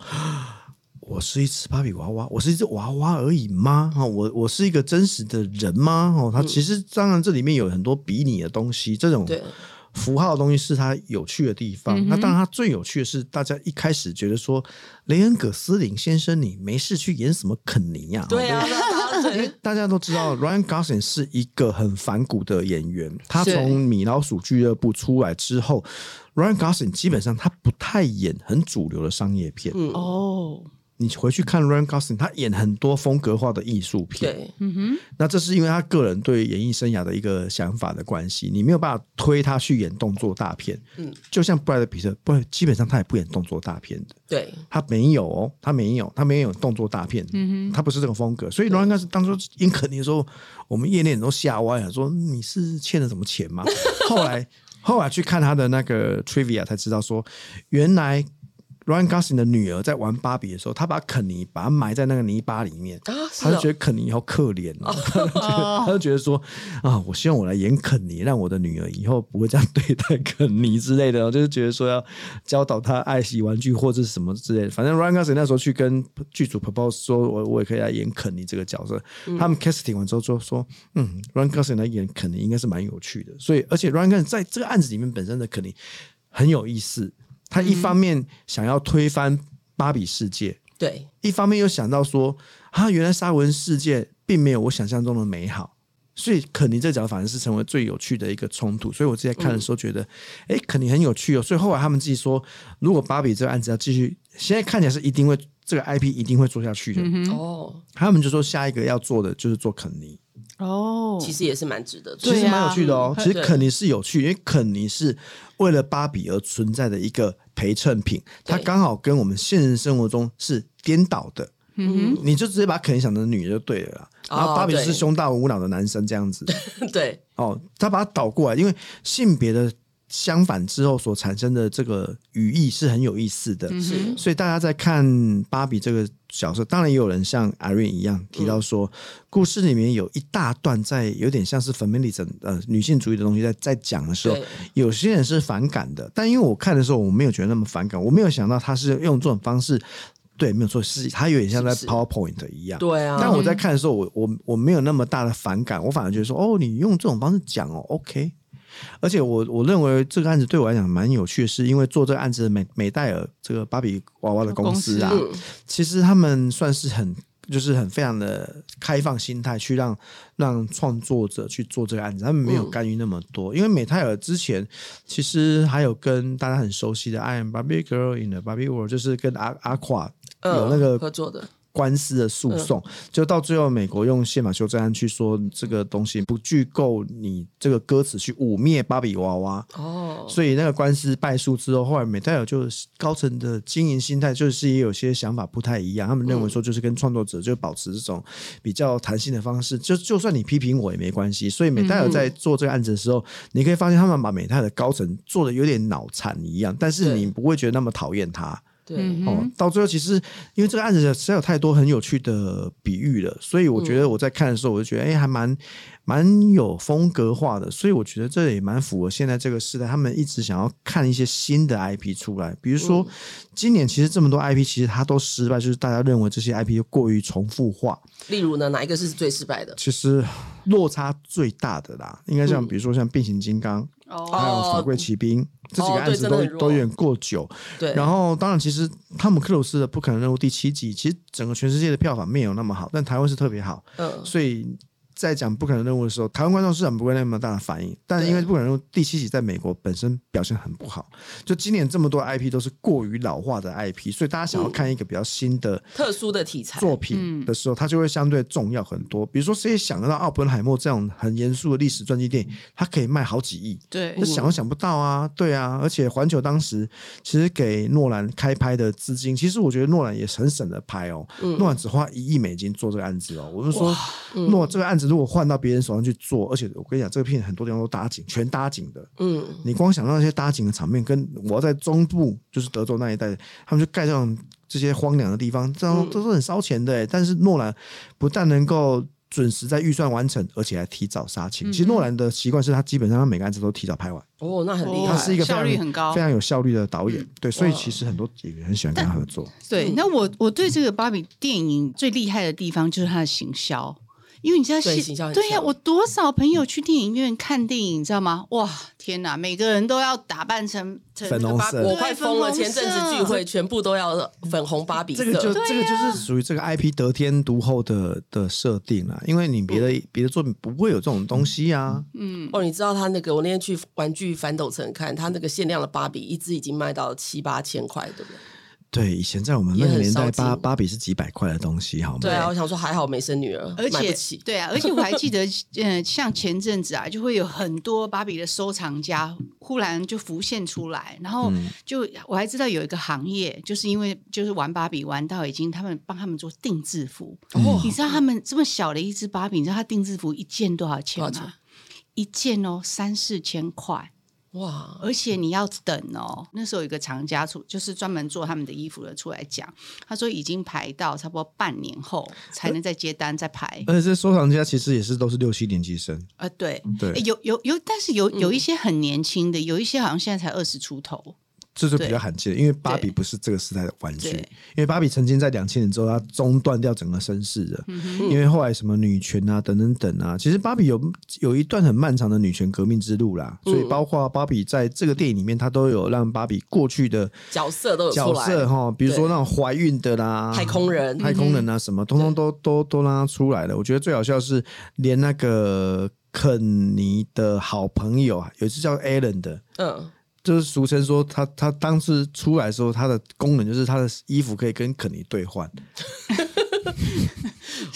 Speaker 2: 我是一只芭比娃娃，我是一只娃娃而已吗？哈、我我是一个真实的人吗？哦，他其实当然这里面有很多比拟的东西，这种
Speaker 3: 对
Speaker 2: 符号的东西是它有趣的地
Speaker 3: 嗯
Speaker 2: 方。那当然，它最有趣的是大家一开始觉得说，雷恩·葛斯林先生，你没事去演什么肯尼呀、
Speaker 3: 对啊，
Speaker 2: 哦。
Speaker 3: 那他
Speaker 2: 因为
Speaker 3: 对
Speaker 2: 大家都知道，Ryan Gosling 是一个很反骨的演员。他
Speaker 4: 是
Speaker 2: 从米老鼠俱乐部出来之后，Ryan Gosling 基本上他不太演很主流的商业片。
Speaker 3: 嗯
Speaker 4: 哦，
Speaker 2: 你回去看 Ryan Gosling，他演很多风格化的艺 术片。
Speaker 3: 对，
Speaker 2: 那这是因为他个人对演艺生涯的一个想法的关系，你没有办法推他去演动作大片。嗯，就像布莱德皮特，不，基本上他也不演动作大片的，
Speaker 3: 对，
Speaker 2: 他没有哦，他没有，他没有动作大片，嗯他不是这个风格。所以罗兰刚是当初演肯尼的时候，我们业内人都吓歪了，说你是欠了什么钱 吗？后来后来去看他的那个 trivia 才知道说，原来。Ryan Gosling 的女儿在玩芭比的时候，他把肯尼把他埋在那个泥巴里面，
Speaker 3: 啊是
Speaker 2: 他就
Speaker 3: 哦
Speaker 2: 觉得肯尼好可怜哦， 他就觉得说啊，我希望我来演肯尼，让我的女儿以后不会这样对待肯尼之类的哦，就是觉得说要教导她爱惜玩具或者是什么之类的。反正 Ryan Gosling 那时候去跟剧组 propose 说，我我也可以来演肯尼这个角色。他们 casting 完之后就说，嗯，Ryan Gosling 来演肯尼应该是蛮有趣的。所以，而且 Ryan Gosling 在这个案子里面本身的肯尼很有意思，他一方面想要推翻芭比世界。
Speaker 3: 对，
Speaker 2: 一方面又想到说，啊，原来沙文世界并没有我想象中的美好，所以肯尼这角反而是成为最有趣的一个冲突。所以我之前看的时候觉得，哎、肯尼很有趣哦。所以后来他们自己说，如果芭比这个案子要继续，现在看起来是一定会这个 IP 一定会做下去
Speaker 4: 嗯
Speaker 2: 的。
Speaker 3: 哦，
Speaker 2: 他们就说下一个要做的就是做肯尼，
Speaker 4: 哦，
Speaker 3: 其实也是蛮值得的。
Speaker 2: 其 实
Speaker 4: 对啊
Speaker 2: 蛮有趣的哦。其实
Speaker 3: 对
Speaker 2: 肯尼是有趣，因为肯尼是为了芭比而存在的一个陪衬品，它
Speaker 3: 对
Speaker 2: 刚好跟我们现实生活中是颠倒的。
Speaker 4: 嗯
Speaker 2: 你就直接把肯尼想成女的就对了啦。然后芭比
Speaker 3: 哦
Speaker 2: 是
Speaker 3: 对
Speaker 2: 胸大无脑的男生这样子
Speaker 3: 对，
Speaker 2: 哦，他把它倒过来，因为性别的相反之后
Speaker 3: 嗯
Speaker 4: 嗯
Speaker 2: 所产生的这个语义是很有意思的，
Speaker 3: 是
Speaker 2: 所以大家在看芭比这个角色，当然也有人像 Irene 一样提到说，故事里面有一大段在有点像是 feminism 呃女性主义的东西在在讲的时候
Speaker 3: 对，
Speaker 2: 有些人是反感的，但因为我看的时候我没有觉得那么反感，我没有想到他是用这种方式。对，没有错，是他有点像在
Speaker 3: 是不是
Speaker 2: PowerPoint 一样。
Speaker 3: 对啊，
Speaker 2: 但我在看的时候，我我我没有那么大的反感，我反而觉得说，哦，你用这种方式讲哦，OK。而且我我认为这个案子对我来讲蛮有趣的是，因为做这个案子的美美戴尔这个芭比娃娃的公司啊，
Speaker 3: 公司
Speaker 2: 其实他们算是很就是很非常的开放心态去让让创作者去做这个案子，他们没有干预那么多。因为美泰尔之前其实还有跟大家很熟悉的《I Am Barbie Girl in the Barbie World》，就是跟阿阿垮
Speaker 3: 嗯
Speaker 2: 有那个
Speaker 3: 合作的，
Speaker 2: 官司的诉讼，就到最后，美国用宪法修正案去说这个东西不具够你这个歌词去污蔑芭比娃娃，
Speaker 3: 哦，
Speaker 2: 所以那个官司败诉之后，后来美代尔就是高层的经营心态，就是也有些想法不太一样。他们认为说，就是跟创作者就保持这种比较弹性的方式，就就算你批评我也没关系。所以美代尔在做这个案子的时候，你可以发现他们把美代尔的高层做的有点脑残一样，但是你
Speaker 3: 对
Speaker 2: 不会觉得那么讨厌他。
Speaker 3: 对，
Speaker 4: 嗯
Speaker 2: 哦
Speaker 4: 哼，，
Speaker 2: 到最后其实因为这个案子实在有太多很有趣的比喻了，所以我觉得
Speaker 3: 嗯
Speaker 2: 我在看的时候，我就觉得哎、诶还蛮蛮有风格化的，所以我觉得这也蛮符合现在这个时代，他们一直想要看一些新的 IP 出来，比如
Speaker 3: 嗯
Speaker 2: 说、今年其实这么多 IP 其实它都失败，就是大家认为这些 IP 就过于重复化，
Speaker 3: 例如呢，哪一个是最失败的？
Speaker 2: 其实落差最大的啦，应该像
Speaker 3: 嗯
Speaker 2: 比如说像变形金刚，还
Speaker 4: 哦，
Speaker 2: 有
Speaker 3: 哦
Speaker 2: 法贵骑兵。这几个
Speaker 3: 哦
Speaker 2: 案
Speaker 3: 对
Speaker 2: 子
Speaker 3: 真的
Speaker 2: 都、
Speaker 3: 很弱
Speaker 2: 都有点过久，
Speaker 3: 对，
Speaker 2: 然后，当然，其实汤姆克鲁斯的《不可能任务》第七集，其实整个全世界的票房没有那么好，但台湾是特别好，
Speaker 3: 嗯，
Speaker 2: 所以在讲《不可能任务》的时候，台湾观众市场不会那么大的反应。但因为《不可能任务》第七集在美国本身表现很不好，就今年这么多 IP 都是过于老化的 IP，所以大家想要看一个比较新的
Speaker 3: 特殊的题材，
Speaker 2: 作品的时候，它就会相对重要很多。比如说，谁想得到奥本海默这样很严肃的历史传记电影，它可以卖好几亿？
Speaker 4: 对
Speaker 2: 这，想都想不到啊，对啊，而且环球当时其实给诺兰开拍的资金，其实我觉得诺兰也很省得拍哦，诺兰只花一亿美金做这个案子哦，我是说，诺、这个案子如果换到别人手上去做，而且我跟你讲，这个片很多地方都搭景，全搭景的，
Speaker 3: 嗯，
Speaker 2: 你光想到那些搭景的场面，跟我要在中部，就是德州那一带，他们就盖这种这些荒凉的地方，这样都是很烧钱的欸、但是诺兰不但能够准时在预算完成，而且还提早杀青。其实诺兰的习惯是他基本上他每个案子都提早拍完，
Speaker 3: 哦，那很厉害，
Speaker 2: 他是一个非
Speaker 4: 效
Speaker 2: 常
Speaker 4: 率很高嗯
Speaker 2: 非常有效率的导演。对，所以
Speaker 3: 哇
Speaker 2: 其实很多演员很喜欢跟他合作。
Speaker 4: 对。那我我对这个芭比电影最厉害的地方就是它的行销。因为你知道
Speaker 3: 对
Speaker 4: 现
Speaker 3: 行销很
Speaker 4: 对呀、
Speaker 3: 强嗯
Speaker 4: 我多少朋友去电影院看电影，你知道吗？哇，天哪，每个人都要打扮成成那
Speaker 2: 粉
Speaker 4: 个
Speaker 2: 红
Speaker 4: 芭
Speaker 2: 色
Speaker 4: 对
Speaker 3: 我快疯了！
Speaker 4: 粉红
Speaker 3: 前阵子
Speaker 4: 色
Speaker 3: 聚会，全部都要粉红芭比色
Speaker 2: 这个
Speaker 4: 啊
Speaker 2: 就、这个就是属于这个 IP 得天独厚的的设定啦，因为你别
Speaker 4: 嗯
Speaker 2: 的、别的作品不会有这种东西啊。
Speaker 3: 哦，你知道他那个，我那天去玩具反斗城看，他那个限量的芭比一只已经卖到七八千块，对不对？
Speaker 2: 对，以前在我们那
Speaker 3: 也
Speaker 2: 个
Speaker 3: 很
Speaker 2: 年
Speaker 3: 烧
Speaker 2: 代，
Speaker 3: 劲
Speaker 2: 芭芭比是几百块的东西，好吗？
Speaker 3: 对啊，我想说还好没生女儿，
Speaker 4: 而
Speaker 3: 买不
Speaker 4: 且
Speaker 3: 起。
Speaker 4: 对啊，而且我还记得， 呃，像前阵子啊，就会有很多芭比的收藏家忽然就浮现出来，然后
Speaker 3: 嗯
Speaker 4: 就、我还知道有一个行业，就是因为就是玩芭比玩到已经他们帮他们做定制服，
Speaker 3: 哦
Speaker 4: 你知道他们这么小的一只芭比，你知道它定制服一件多少钱吗？
Speaker 3: 多少钱
Speaker 4: 一件哦，三四千块，
Speaker 3: 哇，
Speaker 4: 而且你要等哦。那时候有一个厂家出，就是专门做他们的衣服的出来讲，他说已经排到差不多半年后
Speaker 3: 呃
Speaker 4: 才能再接单再排。
Speaker 2: 而且这收藏家其实也是都是六七年级生，
Speaker 4: 啊，对，
Speaker 2: 嗯对
Speaker 4: 诶有有有，但是有有一
Speaker 3: 嗯
Speaker 4: 些很年轻的，有一些好像现在才二十出头，
Speaker 2: 这就
Speaker 4: 对
Speaker 2: 比较罕见，因为芭比
Speaker 4: 对
Speaker 2: 不是这个时代的玩具，
Speaker 4: 对嗯
Speaker 2: 因为芭比曾经在两千年之后，它中断掉整个绅士的，
Speaker 3: 嗯
Speaker 2: 因为后来什么女权啊等等等啊，其实芭比有有一段很漫长的女权革命之路啦，
Speaker 3: 嗯
Speaker 2: 所以包括芭比在这个电影里面，它都有让芭比过去的
Speaker 3: 角色都有出
Speaker 2: 角
Speaker 3: 来，
Speaker 2: 色哈，比如说
Speaker 3: 对
Speaker 2: 那种怀孕的啦，
Speaker 3: 太空人，嗯
Speaker 2: 太空人啊什么，通通都都都让他出来了。我觉得最好笑是连那个肯尼的好朋友啊，有一次叫 Alan 的，
Speaker 3: 嗯，
Speaker 2: 就是俗称说他他当时出来的时候，他的功能就是他的衣服可以跟肯尼兑换。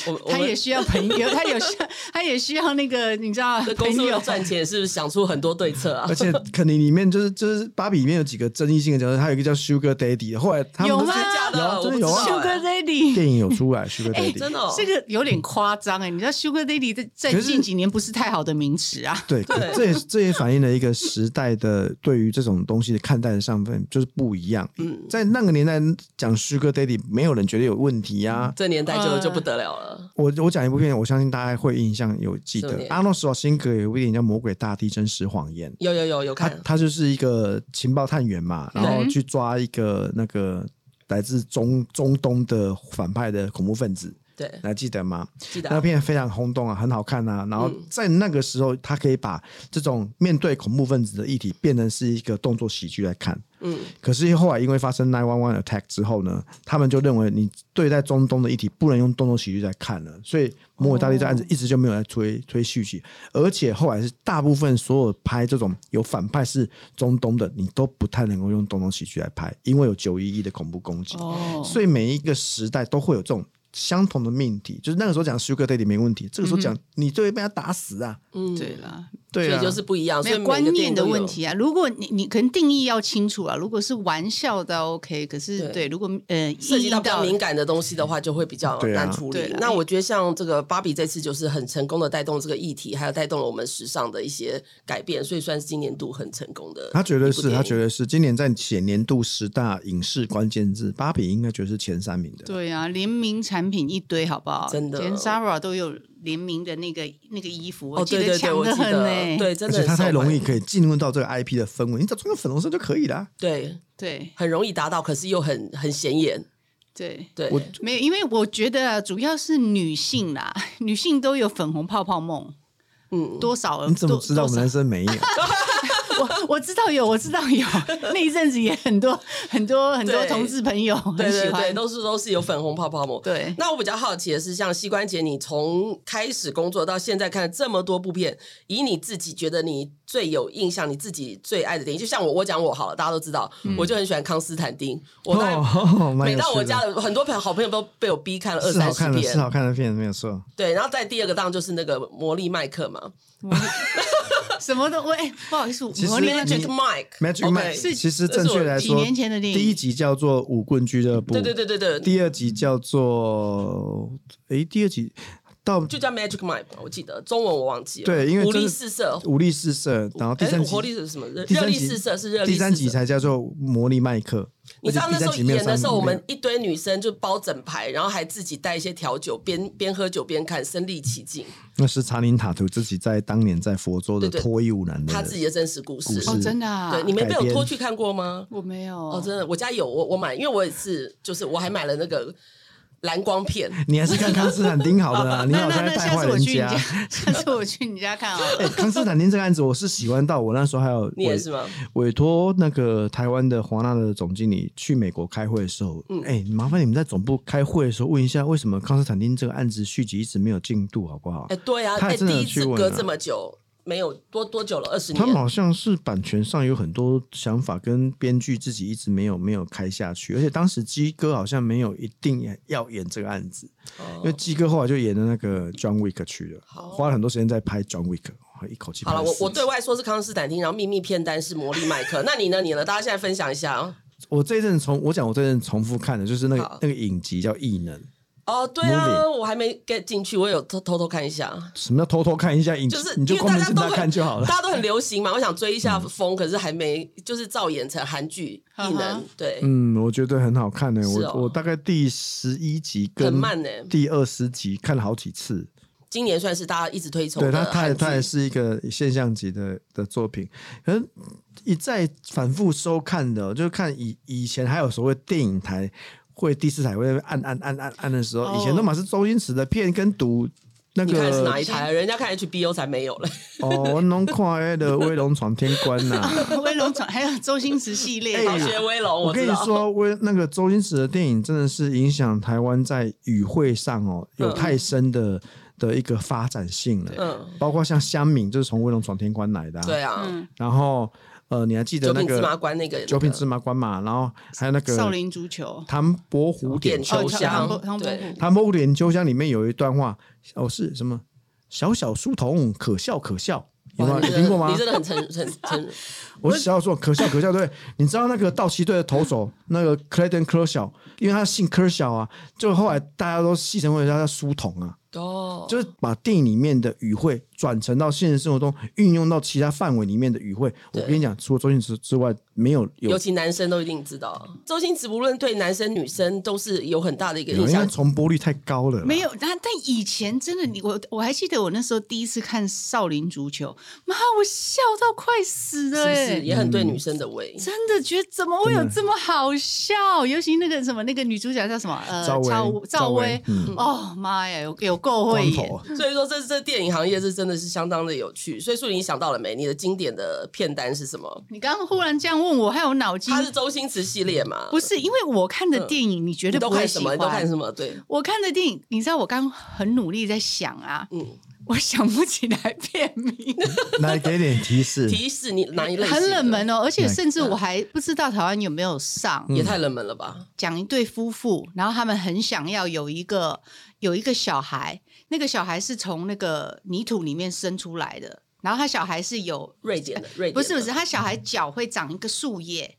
Speaker 3: 我我
Speaker 4: 他也
Speaker 3: 们
Speaker 4: 需要朋友，他有需要，他也需要那个，你知道，
Speaker 3: 这公
Speaker 4: 朋
Speaker 3: 司为
Speaker 4: 友
Speaker 3: 了赚钱，是不是想出很多对策啊
Speaker 2: 而？且肯尼里面就是就是芭比里面有几个争议性的角色，还有一个叫 Sugar Daddy 的，后来他们
Speaker 4: 有
Speaker 2: 都
Speaker 4: 吗
Speaker 2: 是
Speaker 3: 真的假的？
Speaker 2: 有
Speaker 3: 我不知
Speaker 2: 有
Speaker 3: 道
Speaker 2: 啊
Speaker 3: 哎
Speaker 4: Sugar Daddy。
Speaker 2: 电影有出来 Sugar
Speaker 4: 哎
Speaker 2: Daddy，
Speaker 3: 真的哦
Speaker 4: 这个有点夸张哎，你知道 Sugar Daddy 在在
Speaker 2: 可是
Speaker 4: 近几年不是太好的名词啊，
Speaker 2: 对，可这也这也反映了一个时代的对于这种东西的看待的上分就是不一样。
Speaker 3: 嗯
Speaker 2: 在那个年代讲 Sugar Daddy，没有人觉得有问题呀、
Speaker 3: 哦这年代就
Speaker 4: 呃
Speaker 3: 就不得了了。
Speaker 2: 我我讲一部片，我相信大家会印象有记
Speaker 3: 什么
Speaker 2: 得
Speaker 3: 电。影
Speaker 2: 阿诺·施瓦辛格有一部电影叫《魔鬼大地真实谎言》，
Speaker 3: 有有有有
Speaker 2: 他
Speaker 3: 看，
Speaker 2: 他就是一个情报探员嘛，然后去抓一个那个来自中中东的反派的恐怖分子，
Speaker 3: 对，
Speaker 2: 还记得吗？
Speaker 3: 记得
Speaker 2: 那
Speaker 3: 啊
Speaker 2: 片非常轰动啊，很好看啊。然后
Speaker 3: 嗯
Speaker 2: 在那个时候，他可以把这种面对恐怖分子的议题变成是一个动作喜剧来看。
Speaker 3: 嗯，
Speaker 2: 可是后来因为发生 nine one one attack 之后呢，他们就认为你对待中东的议题不能用动作喜剧来看了，所以《魔鬼大帝》这案子一直就没有来推推续集，而且后来是大部分所有拍这种有反派是中东的，你都不太能够用动作喜剧来拍，因为有九一一的恐怖攻击。
Speaker 4: 哦
Speaker 2: 所以每一个时代都会有这种相同的命题，就是那个时候讲 Sugar Daddy 没问题，这个时候讲你就会被他打死啊，
Speaker 3: 嗯，
Speaker 4: 对啦，
Speaker 2: 对
Speaker 3: 所
Speaker 2: 啊，
Speaker 3: 以就是不一样，
Speaker 4: 没
Speaker 3: 所以
Speaker 4: 有
Speaker 3: 每个
Speaker 4: 观
Speaker 3: 电
Speaker 4: 念
Speaker 3: 影
Speaker 4: 的
Speaker 3: 都有
Speaker 4: 问。题啊。如果你你可能定义要清楚啊，如果是玩笑的 OK，可是
Speaker 3: 对
Speaker 4: 对，如果呃
Speaker 3: 涉及
Speaker 4: 意义
Speaker 3: 到比较敏感的东西的话，就会比较
Speaker 2: 对啊
Speaker 3: 难处理。
Speaker 4: 对啦
Speaker 3: 那我觉得像这个芭比这次就是很成功的带动这个议题，还有带动了我们时尚的一些改变，所以算是今年度很成功的。
Speaker 2: 他绝对是，他绝
Speaker 3: 得
Speaker 2: 对是今年在写年度十大影视关键字，芭比应该就是前三名的。
Speaker 4: 对啊，联名产品一堆，好不好？
Speaker 3: 真的
Speaker 4: 连 Zara 都有联名的那个那个衣服，
Speaker 3: 哦，
Speaker 4: 记
Speaker 3: 对
Speaker 4: 得
Speaker 3: 对对，
Speaker 4: 抢
Speaker 3: 我
Speaker 4: 的
Speaker 3: 记
Speaker 4: 很欸
Speaker 3: 得，
Speaker 4: 呢。
Speaker 3: 对，真
Speaker 2: 而且
Speaker 3: 的很
Speaker 2: 它太
Speaker 3: 受欢
Speaker 2: 容易
Speaker 3: 迎
Speaker 2: 可以进入到这个 IP 的氛围，你只要穿个粉红色就可以啦。
Speaker 3: 对，
Speaker 4: 对
Speaker 3: 很容易达到，可是又很很显眼。
Speaker 4: 对，
Speaker 3: 对，
Speaker 2: 我
Speaker 4: 没有，因为我觉得啊主要是女性啦， 女性都有粉红泡泡梦，
Speaker 3: 嗯，
Speaker 4: 多少而
Speaker 2: 你怎么
Speaker 4: 多
Speaker 2: 知道我们
Speaker 4: 多少
Speaker 2: 男生没有？哦
Speaker 4: 我我知道有，我知道 有，那一阵子也很多很多很多
Speaker 3: 对
Speaker 4: 同志朋友很
Speaker 3: 对
Speaker 4: 喜
Speaker 3: 对对，
Speaker 4: 欢，
Speaker 3: 都是都是有粉红泡泡膜。
Speaker 4: 对
Speaker 3: 那我比较好奇的是，像膝关节，你从开始工作到现在看了这么多部片，以你自己觉得你最有印象、你自己最爱的电影，就像我，我讲我好了，大家都知道，我就很喜欢康斯坦丁。我大概
Speaker 2: 嗯 哦，蛮
Speaker 3: 每
Speaker 2: 有
Speaker 3: 到
Speaker 2: 趣
Speaker 3: 我家的很多朋友、好朋友都被我逼看了二
Speaker 2: 是
Speaker 3: 三
Speaker 2: 好
Speaker 3: 十
Speaker 2: 看的，是
Speaker 3: 遍。
Speaker 2: 好看的片，没有错。
Speaker 3: 对，然后在第二个当然就是那个魔力麦克嘛
Speaker 4: 什么都喂、哎不好意思，我
Speaker 2: 其实
Speaker 4: 我
Speaker 2: 你
Speaker 4: 另外觉
Speaker 3: ，Magic
Speaker 4: 得
Speaker 3: Mike。
Speaker 2: Magic
Speaker 3: OK，
Speaker 2: Mike
Speaker 3: 是
Speaker 2: 其实
Speaker 3: 这是
Speaker 2: 正确
Speaker 3: 我
Speaker 2: 来
Speaker 4: 几
Speaker 2: 说，
Speaker 4: 年前的电影
Speaker 2: 第一集叫做《舞棍俱乐部》，
Speaker 3: 对对对对对，
Speaker 2: 第二集叫做诶，第二集到
Speaker 3: 就叫 Magic Mike，我记得中文我忘记了。
Speaker 2: 对因为
Speaker 3: 无
Speaker 2: 真
Speaker 3: 力
Speaker 2: 的
Speaker 3: 四射，
Speaker 2: 五力四射，然后第
Speaker 3: 哎
Speaker 2: 三
Speaker 3: 活
Speaker 2: 集
Speaker 3: 力是什么？热
Speaker 2: 第
Speaker 3: 热
Speaker 2: 三
Speaker 3: 力
Speaker 2: 集
Speaker 3: 四射是热力
Speaker 2: 第三
Speaker 3: 四
Speaker 2: 集
Speaker 3: 射
Speaker 2: 才叫做魔力麦克。
Speaker 3: 你知道
Speaker 2: 而且第
Speaker 3: 那时
Speaker 2: 三
Speaker 3: 候
Speaker 2: 集没有
Speaker 3: 演的时候，
Speaker 2: 上
Speaker 3: 我们
Speaker 2: 映
Speaker 3: 一堆女生就包整排，然后还自己带一些调酒，边边喝酒边看，身临其境，
Speaker 2: 那是查林塔图自己在当年在佛州的
Speaker 3: 对对
Speaker 2: 脱衣舞男的
Speaker 3: 他自己的真实故事。
Speaker 2: 故事
Speaker 4: 哦，真的、啊，
Speaker 3: 对，你没被
Speaker 2: 改
Speaker 3: 我
Speaker 2: 编
Speaker 3: 拖去看过吗？
Speaker 4: 我没有
Speaker 3: 哦，真的，我家有，我我买，因为我也是，就是我还买了那个蓝光片。
Speaker 2: 你还是看康斯坦丁好的 啦，你
Speaker 4: 那
Speaker 2: 老
Speaker 4: 那
Speaker 2: 在
Speaker 4: 那
Speaker 2: 带
Speaker 4: 下
Speaker 2: 坏
Speaker 4: 次我
Speaker 2: 人
Speaker 4: 去你
Speaker 2: 家
Speaker 4: 家。， 下次我去你家看哦。
Speaker 2: 哎，康斯坦丁这个案子，我是喜欢到我那时候还有
Speaker 3: 你也
Speaker 2: 委
Speaker 3: 是吗？
Speaker 2: 委托那个台湾的华纳的总经理去美国开会的时候，
Speaker 3: 嗯
Speaker 2: 哎、麻烦你们在总部开会的时候问一下，为什么康斯坦丁这个案子续集一直没有进度，好不好？
Speaker 3: 哎，对啊，
Speaker 2: 他
Speaker 3: 哎，
Speaker 2: 还真的
Speaker 3: 第一
Speaker 2: 有去
Speaker 3: 次
Speaker 2: 问啊
Speaker 3: 隔这么久，没有多多久了，二十
Speaker 2: 他们
Speaker 3: 年。
Speaker 2: 好像是版权上有很多想法，跟编剧自己一直没有没有开下去，而且当时鸡哥好像没有一定要演这个案子，
Speaker 3: 哦
Speaker 2: 因为鸡哥后来就演了那个 John Wick 去了，花了很多时间在拍 John Wick，一哦口气拍
Speaker 3: 好了，
Speaker 2: 了
Speaker 3: 我
Speaker 2: 四
Speaker 3: 我
Speaker 2: 集
Speaker 3: 对外说是康斯坦丁，然后秘密片单是魔力麦克。那你呢？你呢？大家现在分享一下啊。
Speaker 2: 我这一阵重我讲我这一阵重复看的就是那
Speaker 3: 好
Speaker 2: 个那个影集叫《异能》，
Speaker 3: 哦，对啊，
Speaker 2: Movie
Speaker 3: 我还没 get 进去，我有偷偷偷看一下。
Speaker 2: 什么叫偷偷看一下影集？
Speaker 3: 就是
Speaker 2: 你就
Speaker 3: 因为
Speaker 2: 光
Speaker 3: 大
Speaker 2: 明
Speaker 3: 家
Speaker 2: 正
Speaker 3: 都
Speaker 2: 大
Speaker 3: 很
Speaker 2: 看就好了。
Speaker 3: 大家都很流行嘛，我想追一下风，可是还没就是照演成韩剧
Speaker 4: 哈哈
Speaker 3: 异能，对，
Speaker 2: 嗯，我觉得很好看呢、欸
Speaker 3: 是哦
Speaker 2: 我我大概第十一集
Speaker 3: 很
Speaker 2: 跟
Speaker 3: 慢欸
Speaker 2: 第二十集看了好几次。
Speaker 3: 今年算是大家一直推崇
Speaker 2: 对它，
Speaker 3: 的
Speaker 2: 它也
Speaker 3: 韩剧
Speaker 2: 它也是一个现象级的的作品，可是一再反复收看的，就是看以以前还有所谓电影台会第四台会按按按按按的时候，
Speaker 4: 哦
Speaker 2: 以前都嘛是周星驰的片跟赌那
Speaker 3: 你看是哪
Speaker 2: 个
Speaker 3: 一台啊？人家看 HBO 才没有了，
Speaker 2: 哦，龙跨的《威龙闯天关》啊 呐。
Speaker 4: 威龙传还有周星驰系列
Speaker 2: 哎
Speaker 3: 逃学威龙，
Speaker 2: 我跟
Speaker 3: 哦知
Speaker 2: 你
Speaker 3: 道。
Speaker 2: 说，威那个周星驰的电影真的是影响台湾在语汇上哦，有
Speaker 3: 嗯
Speaker 2: 太深的、的一个发展性了。
Speaker 3: 嗯，
Speaker 2: 包括像香敏，就是从《威龙闯天关》来的、啊，
Speaker 3: 对啊，
Speaker 4: 嗯，
Speaker 2: 然后呃，你还记得
Speaker 3: 九
Speaker 2: 那
Speaker 3: 品芝麻
Speaker 2: 个
Speaker 3: 官那个
Speaker 2: 九品芝麻官嘛？然后还有那个
Speaker 4: 少林足球，
Speaker 2: 唐伯虎点
Speaker 3: 点秋
Speaker 2: 秋
Speaker 4: 哦
Speaker 3: 香
Speaker 4: 唐伯
Speaker 2: 香，
Speaker 4: 唐伯
Speaker 3: 对
Speaker 4: 虎，
Speaker 2: 唐伯虎点秋香里面有一段话，哦是什么？小小书童，可笑可笑，有吗？有
Speaker 3: 哇你真的
Speaker 2: 听过吗？
Speaker 3: 你真的很诚很诚，
Speaker 2: 我是想要说可笑可笑，对不对？你知道那个道奇队的投手那个 Clayton Kershaw，因为他姓 Kershaw 啊，就后来大家都戏称为他叫书童啊，
Speaker 3: 哦，
Speaker 2: 就是把电影里面的语汇转成到现实生活中，运用到其他范围里面的语汇。我
Speaker 3: 对
Speaker 2: 跟你讲，除了周星驰之外，没有有
Speaker 3: 尤其男生都一定知道，周星驰无论对男生女生都是有很大的一个
Speaker 2: 有，
Speaker 3: 影
Speaker 2: 因为
Speaker 3: 响。
Speaker 2: 重播率太高了啦。
Speaker 4: 没有，但但以前真的，你我我还记得我那时候第一次看少林足球，妈，我笑到快死了、
Speaker 3: 是不
Speaker 4: 欸，
Speaker 3: 是也很
Speaker 2: 嗯
Speaker 3: 对女生的胃？
Speaker 4: 真的觉得怎么会有这么好笑？尤其那个什么，那个女主角叫什么？呃，
Speaker 2: 赵薇
Speaker 4: 薇，
Speaker 2: 赵
Speaker 4: 赵
Speaker 2: 薇嗯
Speaker 4: 薇，哦妈呀，有有够会
Speaker 2: 光
Speaker 4: 演
Speaker 2: 头，啊，
Speaker 3: 所以说这这电影行业是真的是相当的有趣。所以说你想到了没？你的经典的片单是什么？
Speaker 4: 你刚刚忽然这样问我，还有脑筋
Speaker 3: 它是周星驰系列嘛？
Speaker 4: 不是因为我看的电影，你绝
Speaker 3: 你
Speaker 4: 对
Speaker 3: 都
Speaker 4: 不会
Speaker 3: 看
Speaker 4: 喜
Speaker 3: 什
Speaker 4: 欢。
Speaker 3: 么？你都看什么？对，
Speaker 4: 我看的电影，你知道我刚很努力在想啊，
Speaker 3: 嗯，
Speaker 4: 我想不起来片名，
Speaker 2: 来给点提 示。
Speaker 3: 提示你哪一类？
Speaker 4: 嗯很冷，门哦，而且甚至我还不知道台湾有没有上。
Speaker 3: 也太冷门了吧？
Speaker 4: 讲一对夫妇，然后他们很想要有一个有一个小孩，那个小孩是从那个泥土里面生出来的，然后他小孩是有
Speaker 3: 瑞典的，瑞典的
Speaker 4: 不是不是，，他小孩脚会长一个树叶，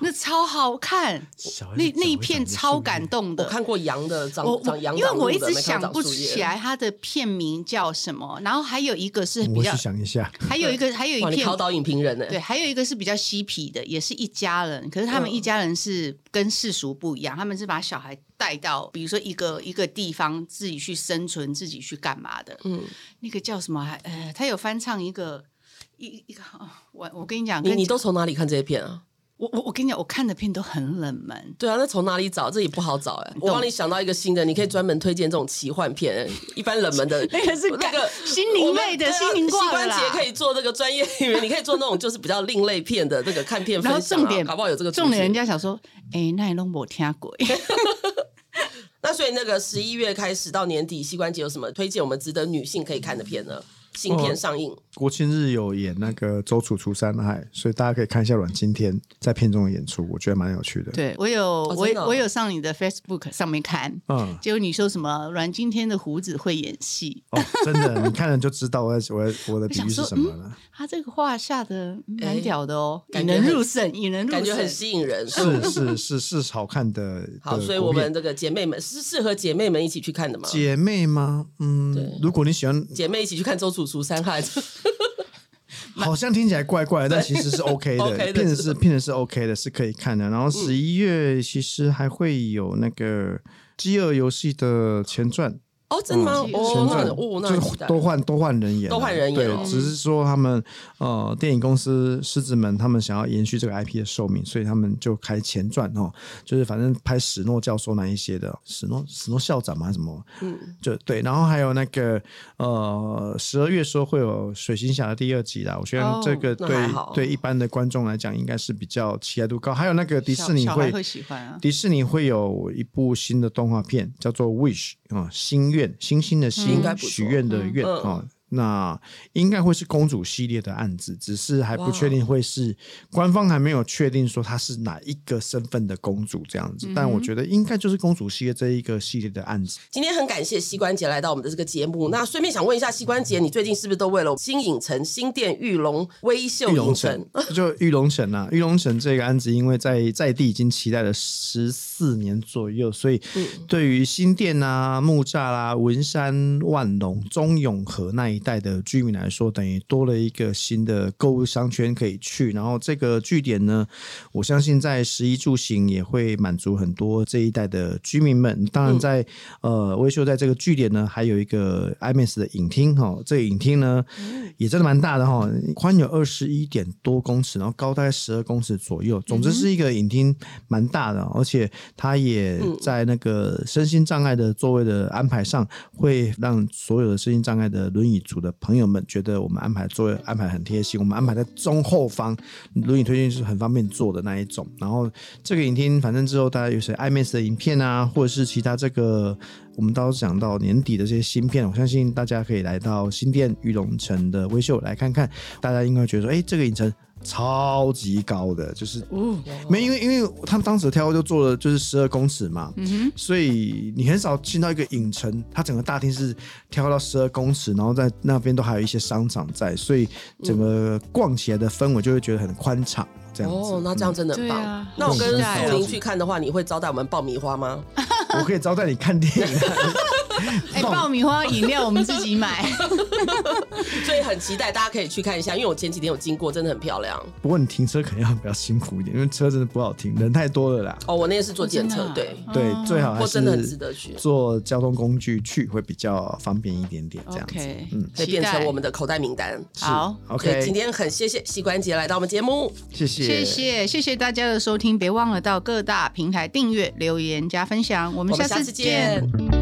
Speaker 4: 那超好看，
Speaker 2: 呃小孩子
Speaker 4: 那
Speaker 2: 哦脚
Speaker 4: 那一
Speaker 2: 会
Speaker 4: 片
Speaker 2: 长得
Speaker 4: 超
Speaker 2: 树
Speaker 4: 感
Speaker 2: 叶
Speaker 4: 动
Speaker 3: 我
Speaker 4: 的。
Speaker 3: 看过羊的长
Speaker 4: 我我
Speaker 3: 长羊
Speaker 4: 因为
Speaker 3: 长鹿
Speaker 4: 我
Speaker 3: 的
Speaker 4: 一直
Speaker 3: 没看
Speaker 4: 想
Speaker 3: 长
Speaker 4: 不
Speaker 3: 树叶
Speaker 4: 起来它的片名叫什么，然后还有一个是比
Speaker 2: 我
Speaker 4: 较
Speaker 2: 去，想一下，
Speaker 4: 还有一个还有
Speaker 3: 哇，
Speaker 4: 一
Speaker 3: 你
Speaker 4: 片
Speaker 3: 考倒影评人欸呢？
Speaker 4: 对，还有一个是比较嬉皮的，也是一家人。可是
Speaker 3: 嗯
Speaker 4: 他们一家人是跟世俗不一样，他们是把小孩带到，比如说一个一个地方自己去生存，自己去干嘛的。
Speaker 3: 嗯，
Speaker 4: 那个叫什么？还呃，他有翻唱一个一一个，哦我我跟你讲，
Speaker 3: 你
Speaker 4: 跟
Speaker 3: 你都从哪里看这些片啊？
Speaker 4: 我我我跟你讲，我看的片都很冷门。
Speaker 3: 对啊，那从哪里找？这也不好找哎、我
Speaker 4: 懂
Speaker 3: 帮你想到一个新的，你可以专门推荐这种奇幻片、一般冷门的
Speaker 4: 那个是
Speaker 3: 那个
Speaker 4: 感心灵类的
Speaker 3: 我们啊
Speaker 4: 心灵挂的
Speaker 3: 膝关
Speaker 4: 啦
Speaker 3: 节可以做这个专业 演员，你可以做那种就是比较另类片的这个看片
Speaker 4: 然后
Speaker 3: 分享、啊，
Speaker 4: 重点，
Speaker 3: 搞不好有这个出
Speaker 4: 重点，
Speaker 3: 现
Speaker 4: 人家想说，哎，那你都没听过。
Speaker 3: 那所以那个十一月开始到年底，膝关节有什么推荐我们值得女性可以看的片呢？新
Speaker 2: 哦
Speaker 3: 片上映，
Speaker 2: 国庆日有演那个周楚除三害，所以大家可以看一下阮经天在片中的演出，我觉得蛮有趣的。，
Speaker 4: 对我有、我
Speaker 3: 真的哦
Speaker 4: 我有上你的 Facebook 上面看，
Speaker 2: 嗯，
Speaker 4: 结果你说什么阮经天的胡子会演戏，
Speaker 2: 哦，真的，你看了就知道我在我在我的比喻是什么了。
Speaker 4: 他这个话下的蛮
Speaker 3: 哎
Speaker 4: 屌的哦，
Speaker 3: 感
Speaker 4: 引
Speaker 3: 觉
Speaker 4: 人
Speaker 3: 很
Speaker 4: 入胜，引人入胜，
Speaker 3: 感觉很吸引人。
Speaker 2: 是是是是是好看的。
Speaker 3: 嗯 好，
Speaker 2: 的
Speaker 3: 所以
Speaker 2: 国
Speaker 3: 我
Speaker 2: 片
Speaker 3: 们这个姐妹们是适合姐妹们一起去看的嘛？
Speaker 2: 姐妹吗？嗯
Speaker 3: 对，
Speaker 2: 如果你喜欢，
Speaker 3: 姐妹一起去看《周楚除三害》
Speaker 2: 好像听起来怪怪的，但其实是 OK 的，
Speaker 3: OK 的
Speaker 2: 片子
Speaker 3: 是嗯
Speaker 2: 是片子是 OK 的，是可以看的。然后十一月其实还会有那个《饥饿游戏》的前传，
Speaker 3: 哦，真的吗？
Speaker 4: 嗯
Speaker 3: 哦
Speaker 2: 前，
Speaker 3: 那
Speaker 2: 传
Speaker 3: 哦，那
Speaker 2: 就
Speaker 3: 很
Speaker 2: 是
Speaker 3: 期待
Speaker 2: 都换都换人演啊，
Speaker 3: 都换人演
Speaker 2: 对
Speaker 3: 哦，
Speaker 2: 只是说他们呃电影公司狮子们他们想要延续这个 IP 的寿命，所以他们就开前传哦，就是反正拍史诺教授那一些的史诺史诺校长嘛还是什么，嗯，就对，然后还有那个呃十二月说会有水行侠的第二集啦，我觉
Speaker 4: 哦
Speaker 2: 得这个
Speaker 3: 那
Speaker 2: 对、
Speaker 3: 还好
Speaker 2: 对一般的观众来讲应该是比较期待度高，还有那个迪士尼
Speaker 4: 小小孩
Speaker 2: 会
Speaker 4: 会喜欢啊。
Speaker 2: 迪士尼会有一部新的动画片，叫做《Wish》啊、心愿，星星的
Speaker 3: 嗯应
Speaker 2: 星
Speaker 3: 该，不错
Speaker 2: 许愿的愿
Speaker 3: 嗯
Speaker 2: 啊、那应该会是公主系列的案子，只是还不确
Speaker 3: 哦
Speaker 2: 定会是官方还没有确定说她是哪一个身份的公主这样子，但
Speaker 3: 嗯
Speaker 2: 我觉得应该就是公主系列这一个系列的案子。
Speaker 3: 今天很感谢膝关节来到我们的这个节目。那顺便想问一下，膝关节，你最近是不是都为了新影城、新店玉龙、微秀
Speaker 2: 玉龙
Speaker 3: 影
Speaker 2: 城
Speaker 3: 城？
Speaker 2: 就玉龙城啊，玉龙城这个案子，因为在在地已经期待了十四年左右，所以对于新店啊、木栅啦、文山、万隆、中永和那一带的居民来说，等于多了一个新的购物商圈可以去。然后这个据点呢，我相信在食衣住行也会满足很多这一带的居民们。当然在，呃微秀在这个据点呢，还有一个 IMAX 的影厅哈、哦，这个影厅呢也真的蛮大的哈、宽有二十一点多公尺，然后高大概十二公尺左右，总之是一个影厅蛮大的哦、而且它也在那个身心障碍的座位的安排上，会让所有的身心障碍的轮椅族的朋友们觉得我们安排座位安排很贴心，我们安排在中后方，轮椅推进是很方便坐的那一种。然后这个影厅，反正之后大家有些 IMAX 的影片啊，或者是其他这个我们到时候讲到年底的这些新片，我相信大家可以来到新店玉龙城的微秀来看看，大家应该会觉得说，哎，这个影城。超级高的，就是
Speaker 4: 哦，
Speaker 2: 没因为因为他们当时的挑就做了就是十二公尺嘛，
Speaker 4: 嗯
Speaker 3: 嗯
Speaker 2: 所以你很少进到一个影城，它整个大厅是挑到十二公尺，然后在那边都还有一些商场在，所以整个逛起来的氛围就会觉得很宽敞这样子。
Speaker 3: 哦，那这样真的很棒。
Speaker 4: 对啊
Speaker 3: 那我跟
Speaker 4: 很期待啊
Speaker 3: 素玲去看的话，你会招待我们爆米花吗？
Speaker 2: 我可以招待你看电影 啊，
Speaker 4: 哎，爆米花饮料我们自己 买，
Speaker 3: 所以很期待，大家可以去看一下，因为我前几天有经过，真的很漂亮。
Speaker 2: 不过你停车肯定要比较辛苦一点，因为车真的不好停，人太多了啦。
Speaker 3: 哦，我那天是坐电车，
Speaker 4: 真的啊
Speaker 3: 对，
Speaker 2: 对，
Speaker 4: 哦
Speaker 2: 最好
Speaker 3: 不
Speaker 2: 还
Speaker 3: 过
Speaker 2: 是
Speaker 3: 真的很值得去
Speaker 2: 坐交通工具去会比较方便一点点，这样子。
Speaker 4: OK，
Speaker 2: 嗯，
Speaker 3: 可以变成我们的口袋名单。
Speaker 2: 是
Speaker 4: 好
Speaker 3: 所以
Speaker 2: ，OK，
Speaker 3: 今天很谢谢膝关节来到我们节目，
Speaker 2: 谢谢，
Speaker 4: 谢谢谢谢大家的收听，别忘了到各大平台订阅、留言、加分享，我们
Speaker 3: 我
Speaker 4: 下
Speaker 3: 们下
Speaker 4: 次
Speaker 3: 次见
Speaker 4: 见。。